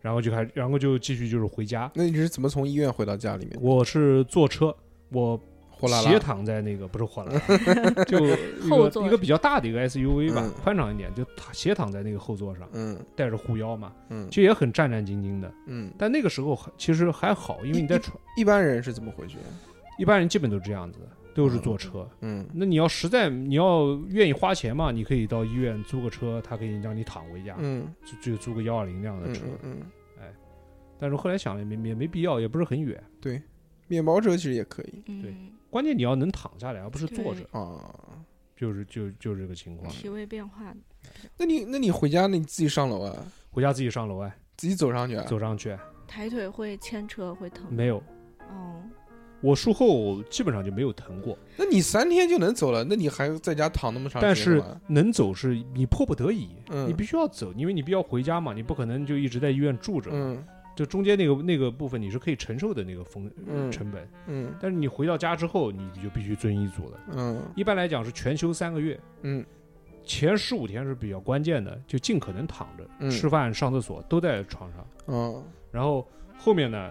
然后就开，然后就继续就是回家。
那你是怎么从医院回到家里面？
我是坐车，我
火辣辣
斜躺在那个不是火了，
(laughs)
就一
后
个
座
一个比较大的一个 SUV 吧
嗯，
宽敞一点，就躺斜躺在那个后座上，
嗯
带着护腰嘛，
嗯
其实也很战战兢兢的。
嗯，
但那个时候还其实还好，因为你在床，
一般人是怎么回去？
一般人基本都这样子的，都是坐车。
嗯
那你要实在你要愿意花钱嘛，你可以到医院租个车，他可以让你躺回家，
嗯
就就租个幺二零啊那样的
嗯
车。
嗯嗯，
但是后来想了也没也没必要，也不是很远，
面包车其实也可以
嗯，
对关键你要能躺下来，而不是坐着，
啊。
就是就就是这个情况。
体位变化，
那你那你回家那你自己上楼啊，
回家自己上楼哎，
自己走上去啊？
走上去
抬腿会牵扯会疼。
没有？
哦，
我术后基本上就没有疼过，
那你三天就能走了，那你还在家躺那么长
但
时间
是
干嘛？
能走是你迫不得已，
嗯
你必须要走，因为你必须要回家嘛，你不可能就一直在医院住着。
嗯
就中间那个那个部分你是可以承受的那个风、呃
嗯
成本，
嗯
但是你回到家之后，你就必须遵医嘱了。
嗯
一般来讲是全休三个月，
嗯
前十五天是比较关键的，就尽可能躺着，
嗯
吃饭、上厕所都在床上。
嗯
然后后面呢，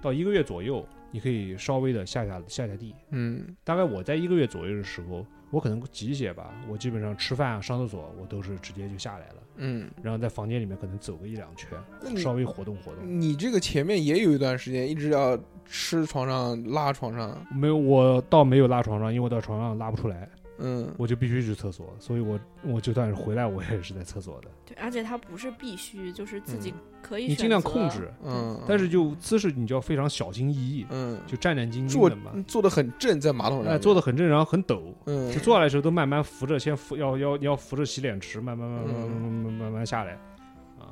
到一个月左右，你可以稍微的下下下下地。
嗯
大概我在一个月左右的时候，我可能急一些吧，我基本上吃饭、啊、上厕所我都是直接就下来了，
嗯，
然后在房间里面可能走个一两圈
那，你嗯
稍微活动活动。
你这个前面也有一段时间一直要吃床上拉床上
没有，我倒没有拉床上，因为我到床上拉不出来。
嗯，
我就必须去厕所，所以我我就算是回来，我也是在厕所的。
对，而且它不是必须，就是自己可以
嗯你
选择
尽量控，制，
嗯，
但是就姿势你就要非常小心翼翼，
嗯，
就战战兢兢
坐嗯
的嘛，
坐的很正，在马桶上
哎，
面
坐的很正，然后很抖，
嗯
就坐下来的时候都慢慢扶着，先扶要要要扶着洗脸池，慢慢慢
嗯
慢慢慢慢慢下来。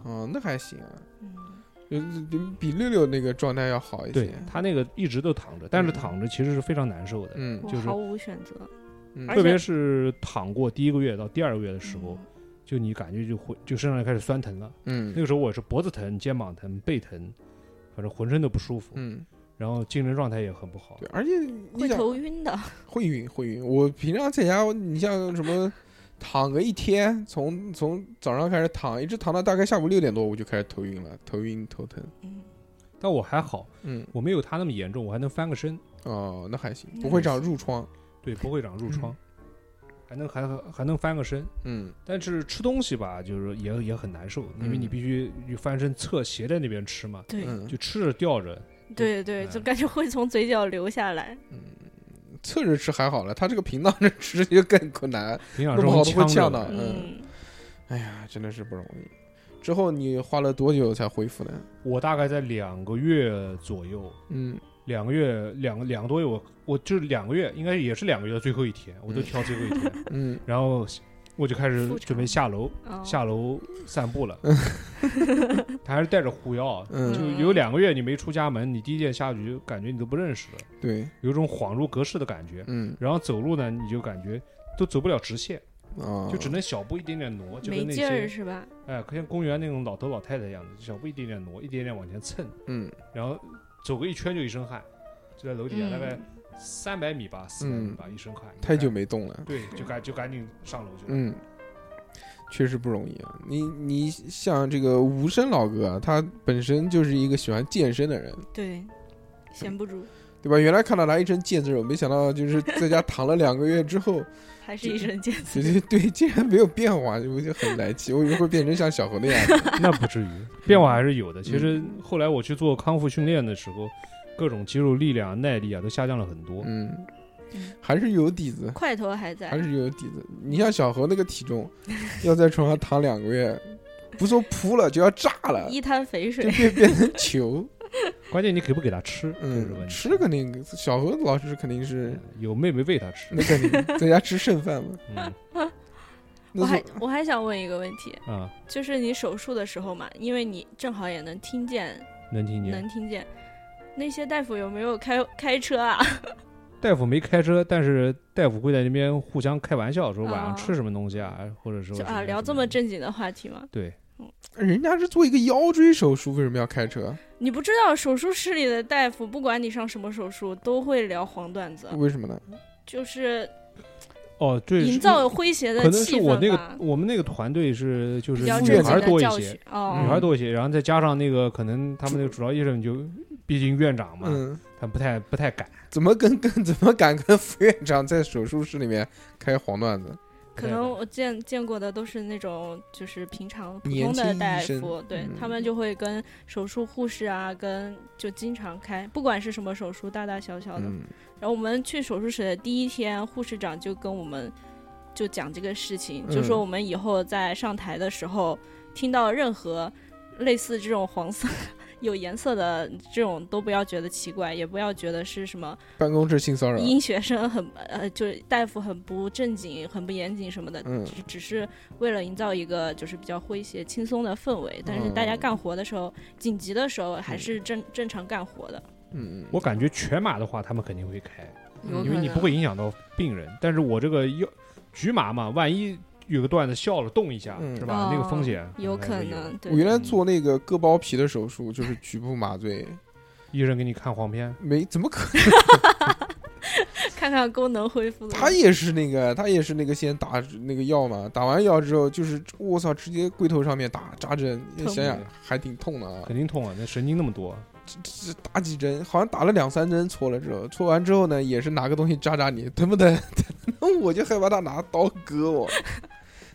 嗯，那还行啊，
嗯，
就是比六六那个状态要好一
对
些。
他那个一直都躺着，但
嗯
是躺着其实是非常难受的，
嗯
我
就是
毫无选择，
嗯
而且
特别是躺过第一个月到第二个月的
嗯
时候，就你感觉就会就身上就开始酸疼了。那
嗯
个时候我是脖子疼、肩膀疼、背疼，反正浑身都不舒服，
嗯，
然后精神状态也很不好
对。，而且你
会
想
头晕的，
会晕会晕，我平常在家，你像什么躺个一天，从从早上开始躺，一直躺到大概下午六点多，我就开始头晕了，头晕头疼。
嗯，
但我还好，
嗯，
我没有他那么严重，我还能翻个身，
哦，那还行，
嗯
不会长褥疮。
对，不会长褥疮，还能还还能翻个身。
嗯
但是吃东西吧，就是也也很难受，因为你
嗯
必须你翻身侧斜在那边吃嘛，
对
嗯
就，吃着吊着。
对对，就
嗯
感觉会从嘴角流下来，
侧着吃还好了，他这个平躺着 (laughs) 吃就更困难。
营养
弄
师
不好都会
呛
呛到
的。
嗯
嗯，
哎呀，真的是不容易。之后你花了多久才恢复呢？
我大概在两个月左右，
嗯
两个月两两个多月，我我就是两个月，应该也是两个月的最后一天，我都
嗯
挑最后一天，
嗯，
然后我就开始
复查
准备下楼，
哦
下楼散
(laughs)
步了。他还是带着护腰，
嗯
就有两个月你没出家门，你第一天下去就感觉你都不认识了，
对，
有一种恍如隔世的感觉。
嗯
然后走路呢，你就感觉都走不了直线，
啊，
就只能小步一点点挪，
哦
就
没
跟那
劲儿
些
是吧？
哎，像公园那种老头老太太一样的，小步一点点挪，一点点往前蹭，
嗯
然后走个一圈就一身汗，就在楼底下大概
嗯
三百米吧，四百米吧，一身汗，
太久
没
没动了。
对，就赶就赶紧上楼去了。
嗯，确实不容易啊。你你像这个无声老哥啊，他本身就是一个喜欢健身的人，
对，闲不住，
对吧？原来看到他一身腱子肉，没想到就是在家躺了两个月之后， (laughs)
还是一身
就
腱子，
是对，竟然没有变化，我就很来气。我以为会变成像小猴那 (laughs) 样嗯的。
(laughs) 那不至于，变化还是有的。其实
嗯
后来我去做康复训练的时候，各种肌肉力量、耐力啊都下降了很多。
嗯，还是有底子，
块头还在
还，是有底子。你像小猴那个体重，要在床上躺两个月，不说扑了，就要炸了，
一滩肥
就
水，
变变成
(laughs)
球。
关键你给不给他吃，这是
嗯，
问题。嗯
吃肯定，小猴老师肯定是
有妹妹喂他吃。
那肯定在家吃剩饭嘛。
嗯啊
那
我还
是
我还想问一个问题，就是你手术的时候嘛，因为你正好也能听见，
能听见。
能听见，那些大夫有没有开开车啊？
大夫没开车，但是大夫会在那边互相开玩笑，说晚上
啊
吃什么东西啊，或者说
就
什
啊，聊这
什
么正经的话题吗？
对，
人家是做一个腰椎手术，为什么要开车？
你不知道手术室里的大夫，不管你上什么手术，都会聊黄段子，
为什么呢？
就是
哦，对，
营造诙谐的
可能是
气
我那
氛
个
吧。
我们那个团队是就是
比较
是
女
正
正
孩
经
经
多
的
一
教
些嗯
训，哦，
嗯
女孩多一些，然后再加上那个可能他们那个主要医生就毕竟院长嘛，
嗯，
他不太不太敢，
怎么跟跟怎么敢跟副院长在手术室里面开黄段子？
可能我见见过的都是那种就是平常普
年
通
轻
的
医
大
生
夫，对
嗯
他们就会跟手术护士啊，跟就经常开，不管是什么手术，大大小小的。
嗯，
然后我们去手术室的第一天，护士长就跟我们就讲这个事情，就说
嗯
我们以后在上台的时候，听到任何类似这种黄色 (laughs) 有颜色的这种都不要觉得奇怪，也不要觉得是什么
办公室性骚扰，
医学生很呃，就是大夫很不正经、很不严谨什么的，
嗯
只只是为了营造一个就是比较诙谐、轻松的氛围。但是大家
嗯
干活的时候，紧急的时候还是正正常干活的。
嗯，
我感觉全马的话他们肯定会开，
有
嗯因
可
为
能
你不会影响到病人，但是我这个要局麻嘛，万一有个段子笑了动一下、
嗯
是吧？那个风
哦
险
有
还
可
是
能，对
我原来
嗯
做那个割包皮的手术，就是局部麻醉，
医生给你看黄片，
没怎么可
看看功能恢复的。
他也是那个，他也是那个先打那个药嘛，打完药之后就是我操，直接龟头上面打扎针，
疼
想想还挺痛的啊，
肯定痛啊，那神经那么多，
这打几针，好像打了两三针，戳了之后，戳完之后呢， (laughs) 也是拿个东西扎扎你，疼不疼？疼，我就害怕他拿刀割我，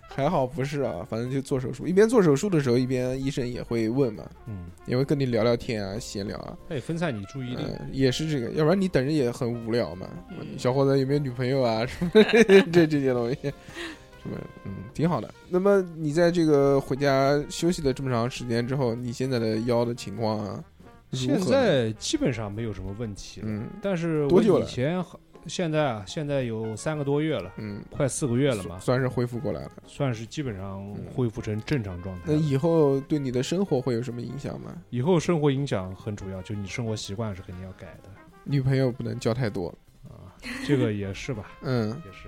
还好不是啊，反正就做手术，一边做手术的时候，一边医生也会问嘛，
嗯，
也会跟你聊聊天啊，闲聊啊，
它也分散你注意力。
嗯，也是这个，要不然你等着也很无聊嘛。
嗯
小伙子有没有女朋友啊？什
(laughs)
么这这些东西，什么嗯，挺好的。那么你在这个回家休息了这么长时间之后，你现在的腰的情况啊，如
现
何呢
在基本上没有什么问题了，
嗯
但是
多
我
久
以
了
前好现在啊，现在有三个多月了，
嗯，
快四个月了嘛，
算是恢复过来了。
算是基本上
嗯
恢复成正常状态
那
了。
以后对你的生活会有什么影响吗？
以后生活影响很主要，就你生活习惯是肯定要改的
女朋友不能交太多，
啊，这个也是吧，
嗯，
也是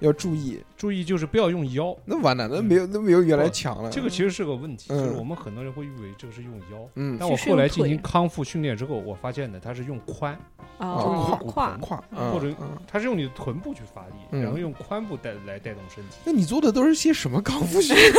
要注意。
注意就是不要用腰，
那完了，那没有那没有原来强了。
嗯哦这个其实是个问题，
嗯
就是我们很多人会以为这个是用腰，
嗯，
但我
其实
后来
用
进
腿
行康复训练之后，我发现呢，它是用髋，
哦
哦，
就是 (laughs)
胯
胯
胯
嗯
或者
嗯
它是用你的臀部去发力，
嗯哦
然后用髋部带来带动身体。
那你做的都是些什么康复
(laughs)
训练？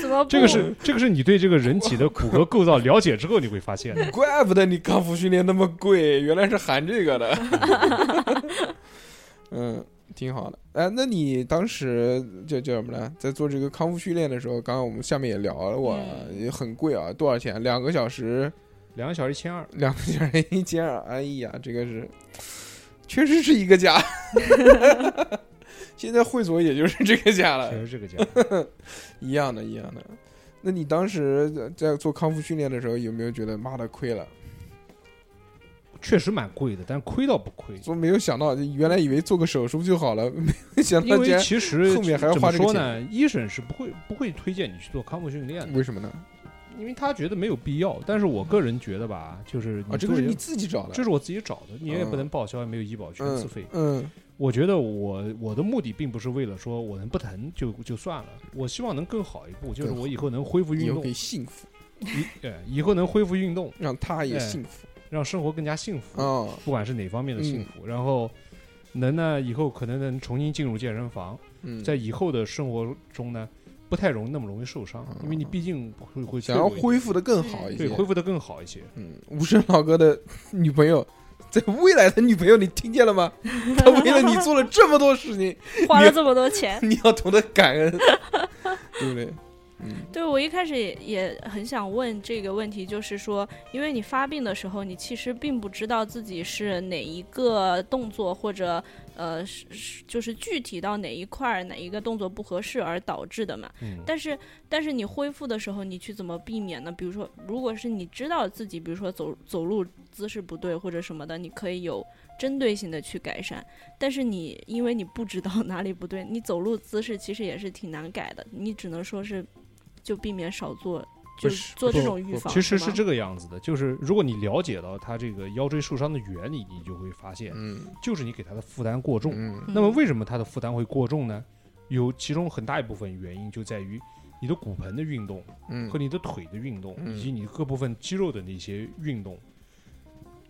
怎么不
这个是这个是你对这个人体的骨骼构造了解之后，你会发
(laughs)
现的。
怪不得你康复训练那么贵，原来是含这个的。 (laughs) 嗯，挺好的。哎，那你当时叫叫什么呢？在做这个康复训练的时候，刚刚我们下面也聊了哇，
嗯
也很贵啊，多少钱？两个小时， (laughs)
两个小时一千二，
两个小时一千二。哎呀，这个是，确实是一个价。 (laughs) 现在会所也就是这个价了
确，实这个价。
一样的，一样的。那你当时在在做康复训练的时候，有没有觉得妈的亏了？
确实蛮贵的，但亏倒不亏，
说没有想到，原来以为做个手术就好了，没有想
因
到竟
为
然
其实
后面还要
怎
花
么
这个
说
钱，
呢？医生是不会不会推荐你去做康复训练的，
为什么呢？
因为他觉得没有必要。但是我个人觉得吧，就是
啊，这
作
个
为
是你自己找的，
这是我自己找的，你也
嗯
不能报销，也没有医保，全
嗯
自费。
嗯
我觉得我我的目的并不是为了说我能不疼就就算了，我希望能更好一步，就是
更好
我以后能恢复
以
运
后
动
可以，幸福，
以呃以后能恢复运动，
让他也
哎
幸福
让生活更加幸福。
啊，嗯
不管是哪方面的幸福，然后能呢以后可能能重新进入健身房，
嗯，
在以后的生活中呢，不太容那么容易受伤，因为你毕竟会会
啊想要
脆弱一点
恢复的更好一
对
些。
恢复的更好一些。
嗯，无声老哥的女朋友，在未来的女朋友，你听见了吗？他为了你做了这么多事情，
花了这么多钱？
你要懂得感恩， (laughs) 对不对？嗯
对我一开始也也很想问这个问题，就是说，因为你发病的时候，你其实并不知道自己是哪一个动作或者呃，是是就是具体到哪一块儿哪一个动作不合适而导致的嘛。
嗯，
但是但是你恢复的时候，你去怎么避免呢？比如说，如果是你知道自己，比如说走走路姿势不对或者什么的，你可以有针对性的去改善。但是你因为你不知道哪里不对，你走路姿势其实也是挺难改的，你只能说是就避免少做，
不
就是做
不
这种预防。
其实是
啊吗
这个样子的，就是如果你了解到他这个腰椎受伤的原理，你就会发现，
嗯
就是你给他的负担过重。
嗯
那么为什么他的负担会过重呢？有其中很大一部分原因就在于你的骨盆的运动
嗯
和你的腿的运动，
嗯
以及你各部分肌肉的那些运动，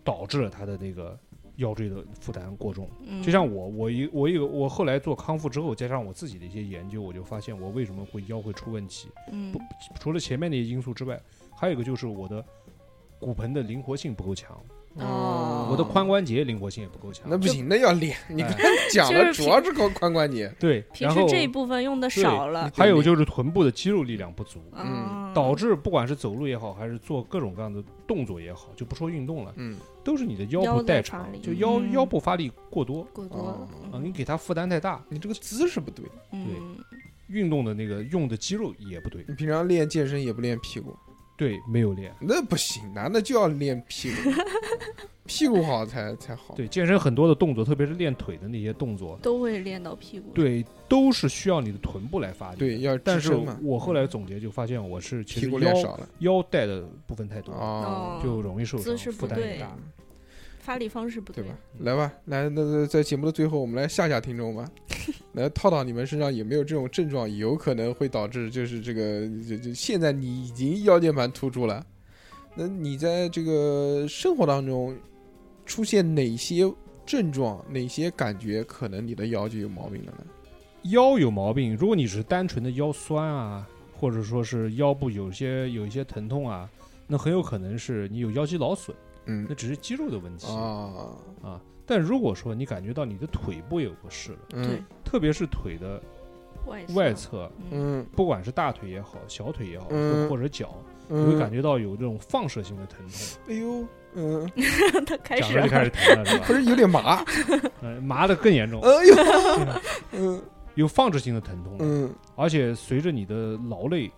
导致了他的那个腰椎的负担过重。
嗯
就像我，我一我有我后来做康复之后，加上我自己的一些研究，我就发现我为什么会腰会出问题，
嗯
除了前面那些因素之外，还有一个就是我的骨盆的灵活性不够强，
哦
我的髋关节灵活性也不够强。
啊那不行，那要脸。你
哎
刚才讲
就
的
是
主要是靠髋关节，
对，
平
然
时
后
这一部分用的
对
少了，
还有就是臀部的肌肉力量不足，
啊
导致不管是走路也好，还是做各种各样的动作也好，就不说运动了，
嗯，
都是你的腰
腰
部
在
代
发
偿
力，
就腰
嗯
腰部发力过多
过多
哦
了，
啊，你给他负担太大，
你这个姿势不对，
嗯，
运动的那个用的肌肉也不对，
你平常练健身也不练屁股，
对，没有练。
那不行，男的就要练屁股， (laughs) 屁股好才才好。
对，健身很多的动作，特别是练腿的那些动作，
都会练到屁股。
对，都是需要你的臀部来发力。，
对，要
但
支
是
撑嘛。嗯
我后来总结就发现，我是其
屁
实
股练
腰
少了
腰带的部分太多，
哦，
哦，
就容易受
姿
伤，
势
负
不
担也
对嗯
大。
发力方式不
对吧？来吧，来，那那在节目的最后，我们来吓吓听众吧，来套套你们身上有没有这种症状，有可能会导致就是这个，就就现在你已经腰间盘突出了，那你在这个生活当中出现哪些症状，哪些感觉，可能你的腰就有毛病了呢？
腰有毛病，如果你是单纯的腰酸啊，或者说是腰部有些有一些疼痛啊，那很有可能是你有腰肌劳损，
嗯
那只是肌肉的问题
啊，
啊但如果说你感觉到你的腿部有不适了，
嗯
对
特别是腿的
外
外
侧，
侧，
嗯
不管是大腿也好，小腿也好，
嗯
或者脚，你
嗯，
会感觉到有这种放射性的疼痛，
哎呦，嗯，
他 (laughs) 开
讲
始
着就开始疼了，是吧
不？是有点 (laughs) 麻，
嗯麻的更严重，
哎呦，嗯
有放射性的疼痛，
嗯
而且随着你的劳累、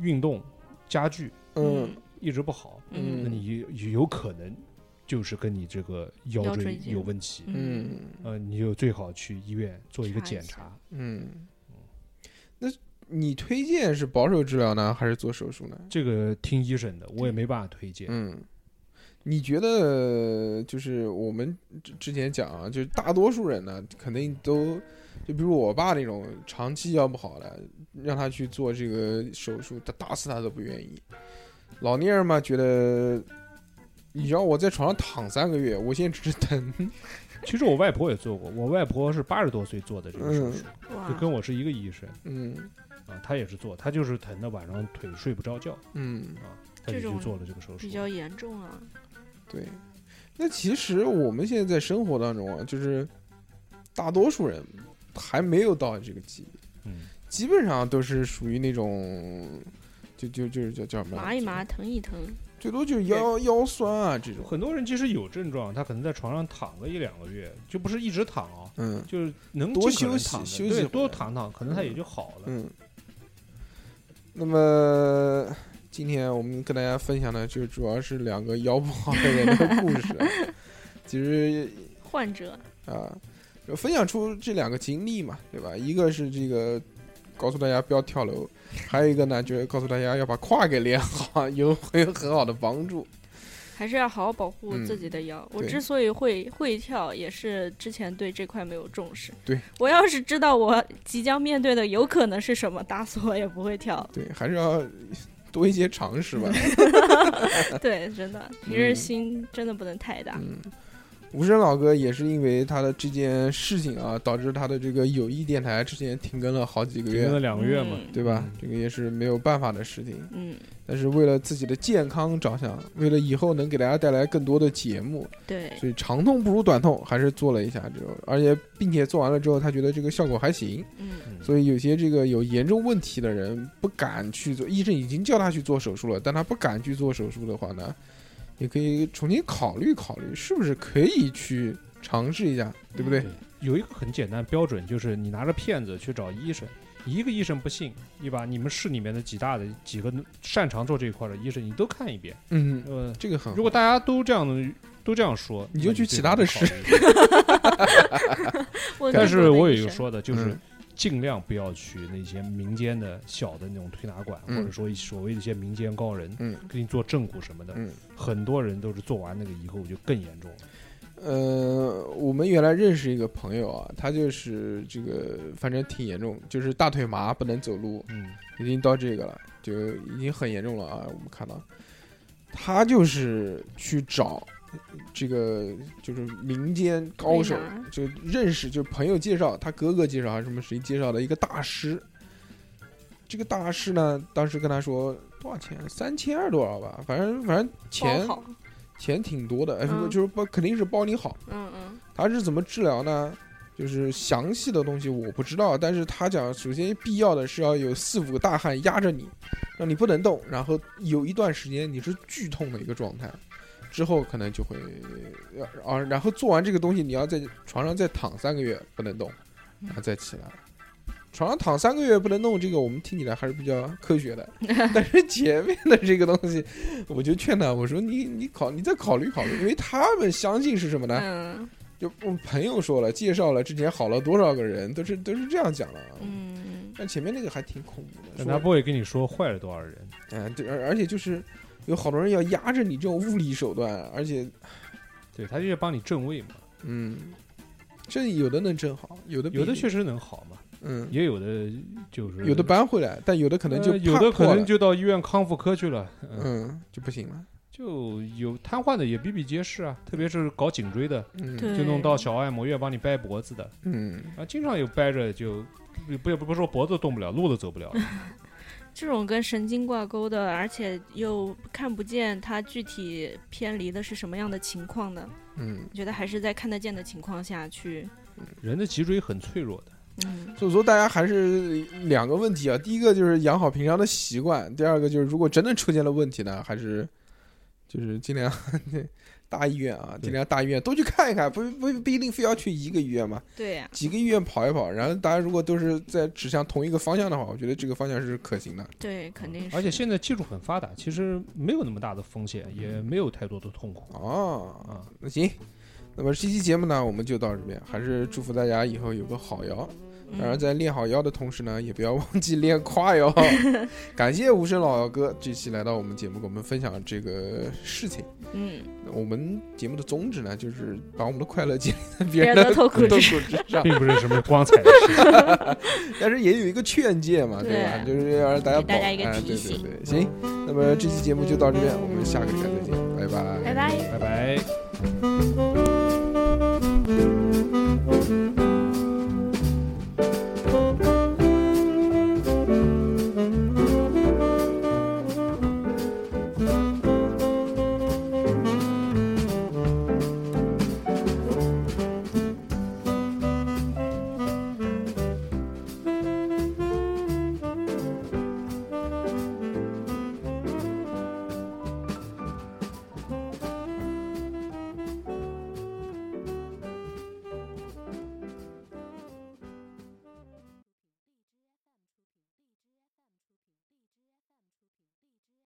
运动、家具
嗯
一直不好，
嗯
那你有有可能就是跟你这个腰
腰
椎
椎间
有问题，
嗯
嗯
呃，你就最好去医院做一个
查一
检
下
查。
嗯，
哦
那你推荐是保守治疗呢，还是做手术呢？
这个听医生的，我
对
也没办法推荐。
嗯，你觉得就是我们之之前讲啊，就是大多数人呢，肯定都就比如我爸那种长期腰不好的，让他去做这个手术，他打死他都不愿意。老年人嘛，觉得你让我在床上躺三个月，我现在只是疼。
其实我外婆也做过，我外婆是八十多岁做的这个手术，
哇
就，跟我是一个医生
嗯
啊，她也是做，她就是疼的晚上腿睡不着觉
嗯，
啊，她
这
就去
种
做了这个手术
比。较严重啊，
对。那其实我们现在在生活当中啊，就是大多数人还没有到这个级别。
嗯，
基本上都是属于那种，就就就是叫叫什么来着
麻一麻，，疼一疼，
最多就是腰腰酸啊这种。
很多人即使有症状，他可能在床上躺个一两个月，就不是一直躺啊，
嗯
就是能
多
尽可
休
能
息
躺着
休息
对，
会儿
多躺躺，可能他也就好了。
嗯。那么今天我们跟大家分享的就主要是两个腰不好的人的故事啊，其实
患者
啊，就分享出这两个经历嘛，对吧？一个是这个告诉大家不要跳楼，还有一个呢就是告诉大家要把胯给练好， (laughs) 有会有很好的帮助。
还是要好好保护
嗯
自己的腰。我
对
之所以会会跳，也是之前对这块没有重视。
对，。
我要是知道我即将面对的有可能是什么，打死我也不会
(laughs)
跳
对，还是要多一些常识吧。
对，真的，平时心真的不能太大。
嗯，无声老哥也是因为他的这件事情啊，导致他的这个友谊电台之前停更了好几个
停
月
了，两个月嘛，
嗯
对吧
嗯？
这个也是没有办法的事情。
嗯，
但是为了自己的健康着想，为了以后能给大家带来更多的节目，
对，
所以长痛不如短痛，还是做了一下这种，而且并且做完了之后，他觉得这个效果还行。
嗯，
所以有些这个有严重问题的人不敢去做，医生已经叫他去做手术了，但他不敢去做手术的话呢，也可以重新考虑考虑，是不是可以去尝试一下，对不对？
对有一个很简单标准，就是你拿着片子去找医生，你一个医生不信，你把你们市里面的几大的几个擅长做这一块的医生，你都看一遍。
嗯，
呃，
这个很好
如果大家都这样的都这样说，
你
那
就去
最
其
好
他的
考虑
(laughs) 问
但
更
是
多的
我
医
有一个
生，
说的，就是
嗯
尽量不要去那些民间的小的那种推拿馆，
嗯
或者说一所谓的一些民间高人
嗯
给你做正骨什么的。
嗯
很多人都是做完那个以后就更严重了。
呃，我们原来认识一个朋友啊，他就是这个，反正挺严重，就是大腿麻不能走路，
嗯，
已经到这个了，就已经很严重了啊！我们看到，他就是去找这个就是民间高手
推拿，
就认识，就朋友介绍，他哥哥介绍还是什么谁介绍的一个大师。这个大师呢，当时跟他说多少钱，三千二多少吧，反正反正钱
包好，
钱挺多的，哎，
嗯
就是包肯定是包你好。
嗯嗯，
他是怎么治疗呢？就是详细的东西我不知道，但是他讲，首先必要的是要有四五个大汉压着你，让你不能动，然后有一段时间你是剧痛的一个状态，之后可能就会，呃啊，然后做完这个东西，你要在床上再躺三个月不能动，然后再起来。床上躺三个月不能动，这个我们听起来还是比较科学的。但是前面的这个东西，我就劝他，我说你你考你再考虑考虑，因为他们相信是什么呢？
嗯
就我朋友说了，介绍了之前好了多少个人，都是都是这样讲的啊。
嗯，
但前面那个还挺恐怖的，
但他
说
不会跟你说坏了多少人。
嗯，对，而而且就是有好多人要压着你这种物理手段，而且
对他就是帮你正位嘛，
嗯，这有的能正好，有的
有的确
实
实能好嘛，
嗯，
也有的就是
有的搬回来，但有的可
可
能就、
呃有的可能就到医院康复科去了，嗯，
嗯就不行了，
就有瘫痪的也比比皆是啊，特别是搞颈椎的，
嗯
对
就弄到小按摩院帮你掰脖子的
嗯
啊，经常有掰着就不不不说脖子动不了，路都走不了，
这种跟神经挂钩的，而且又看不见它具体偏离的是什么样的情况的，
嗯
我觉得还是在看得见的情况下去，
人的脊椎很脆弱的，
嗯，
所以说，大家还是两个问题啊。第一个就是养好平常的习惯，第二个就是如果真的出现了问题呢，还是就是尽量 (laughs) 大医院啊，
对
尽量大医院多去看一看，不不不一定非要去一个医院嘛，
对呀、
几个医院跑一跑。然后大家如果都是在指向同一个方向的话，我觉得这个方向是可行的。
对，肯定是。
而且现在技术很发达，其实没有那么大的风险，也没有太多的痛苦。
哦，那行，那么这期节目呢，我们就到这边，还是祝福大家以后有个好啊腰。当然，
嗯，
在练好腰的同时呢，也不要忘记练胯
(laughs)
腰。感谢无声老哥这期来到我们节目，给我们分享这个事情。
嗯，
那我们节目的宗旨呢，就是把我们的快乐建立在别
别
人 (laughs)
人的
的
痛苦
痛
之
苦之上，
并不是什么光彩的事情。
但是也有一个劝诫嘛，对吧？
对
就是要让大家
给大家
保
一个
哎
提醒
对对对，行，那么这期节目就到这边，我们下个礼拜再见，拜拜
拜拜。
拜拜。